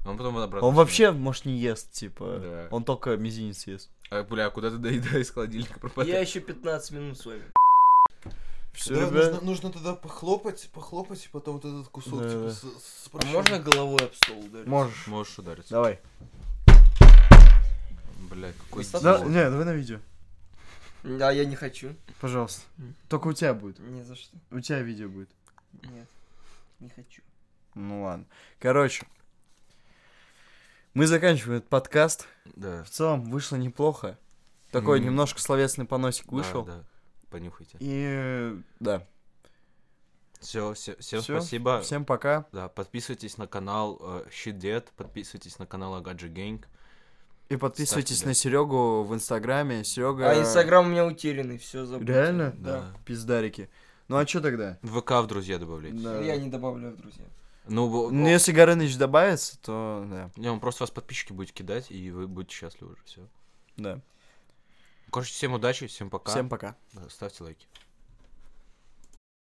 B: Он потом обратно.
E: Он вообще, может, не ест, типа.
B: Да.
E: Он только мизинец ест.
B: А, бля, куда ты доеда из холодильника
D: Я
B: пропадает?
D: еще 15 минут с вами.
E: Все,
C: Да, нужно, нужно тогда похлопать, похлопать, и потом вот этот кусок,
E: Да,
C: типа,
E: да.
C: с- с
D: А
C: прощением.
D: можно головой об стол ударить?
E: Можешь.
B: Можешь удариться.
E: Давай.
B: Бля, какой
D: Достаточно?
B: идиот.
E: Да, не, давай на видео.
D: Да, я не хочу.
E: Пожалуйста.
D: М.
E: Только у тебя будет.
D: Не за что.
E: У тебя видео будет.
D: Нет. Не хочу.
E: Ну ладно. Короче. Мы заканчиваем этот подкаст.
B: Да.
E: В целом вышло неплохо. Такой
B: М.
E: немножко словесный поносик вышел.
B: Да, да. Понюхайте.
E: И э, да.
B: Все, все, всем
E: Всё.
B: спасибо.
E: Всем пока.
B: Да, подписывайтесь на канал э, Shit Dead, подписывайтесь на канал Агаджи Гэнг.
E: И подписывайтесь
B: Ставьте,
E: на
B: да.
E: Серегу в Инстаграме. Серега.
D: А инстаграм у меня утерянный, все забыл.
E: Реально?
B: Да.
E: Пиздарики. Ну а что тогда?
B: В ВК в друзья добавляйте.
E: Да.
D: Я не добавляю в друзья.
B: Ну, в-
E: Ну, если Горыныч добавится, то да.
B: не, он просто вас подписчики будет кидать, и вы будете счастливы уже, все.
E: да.
B: Короче, всем удачи, всем пока.
E: Всем пока.
B: Да, Ставьте лайки.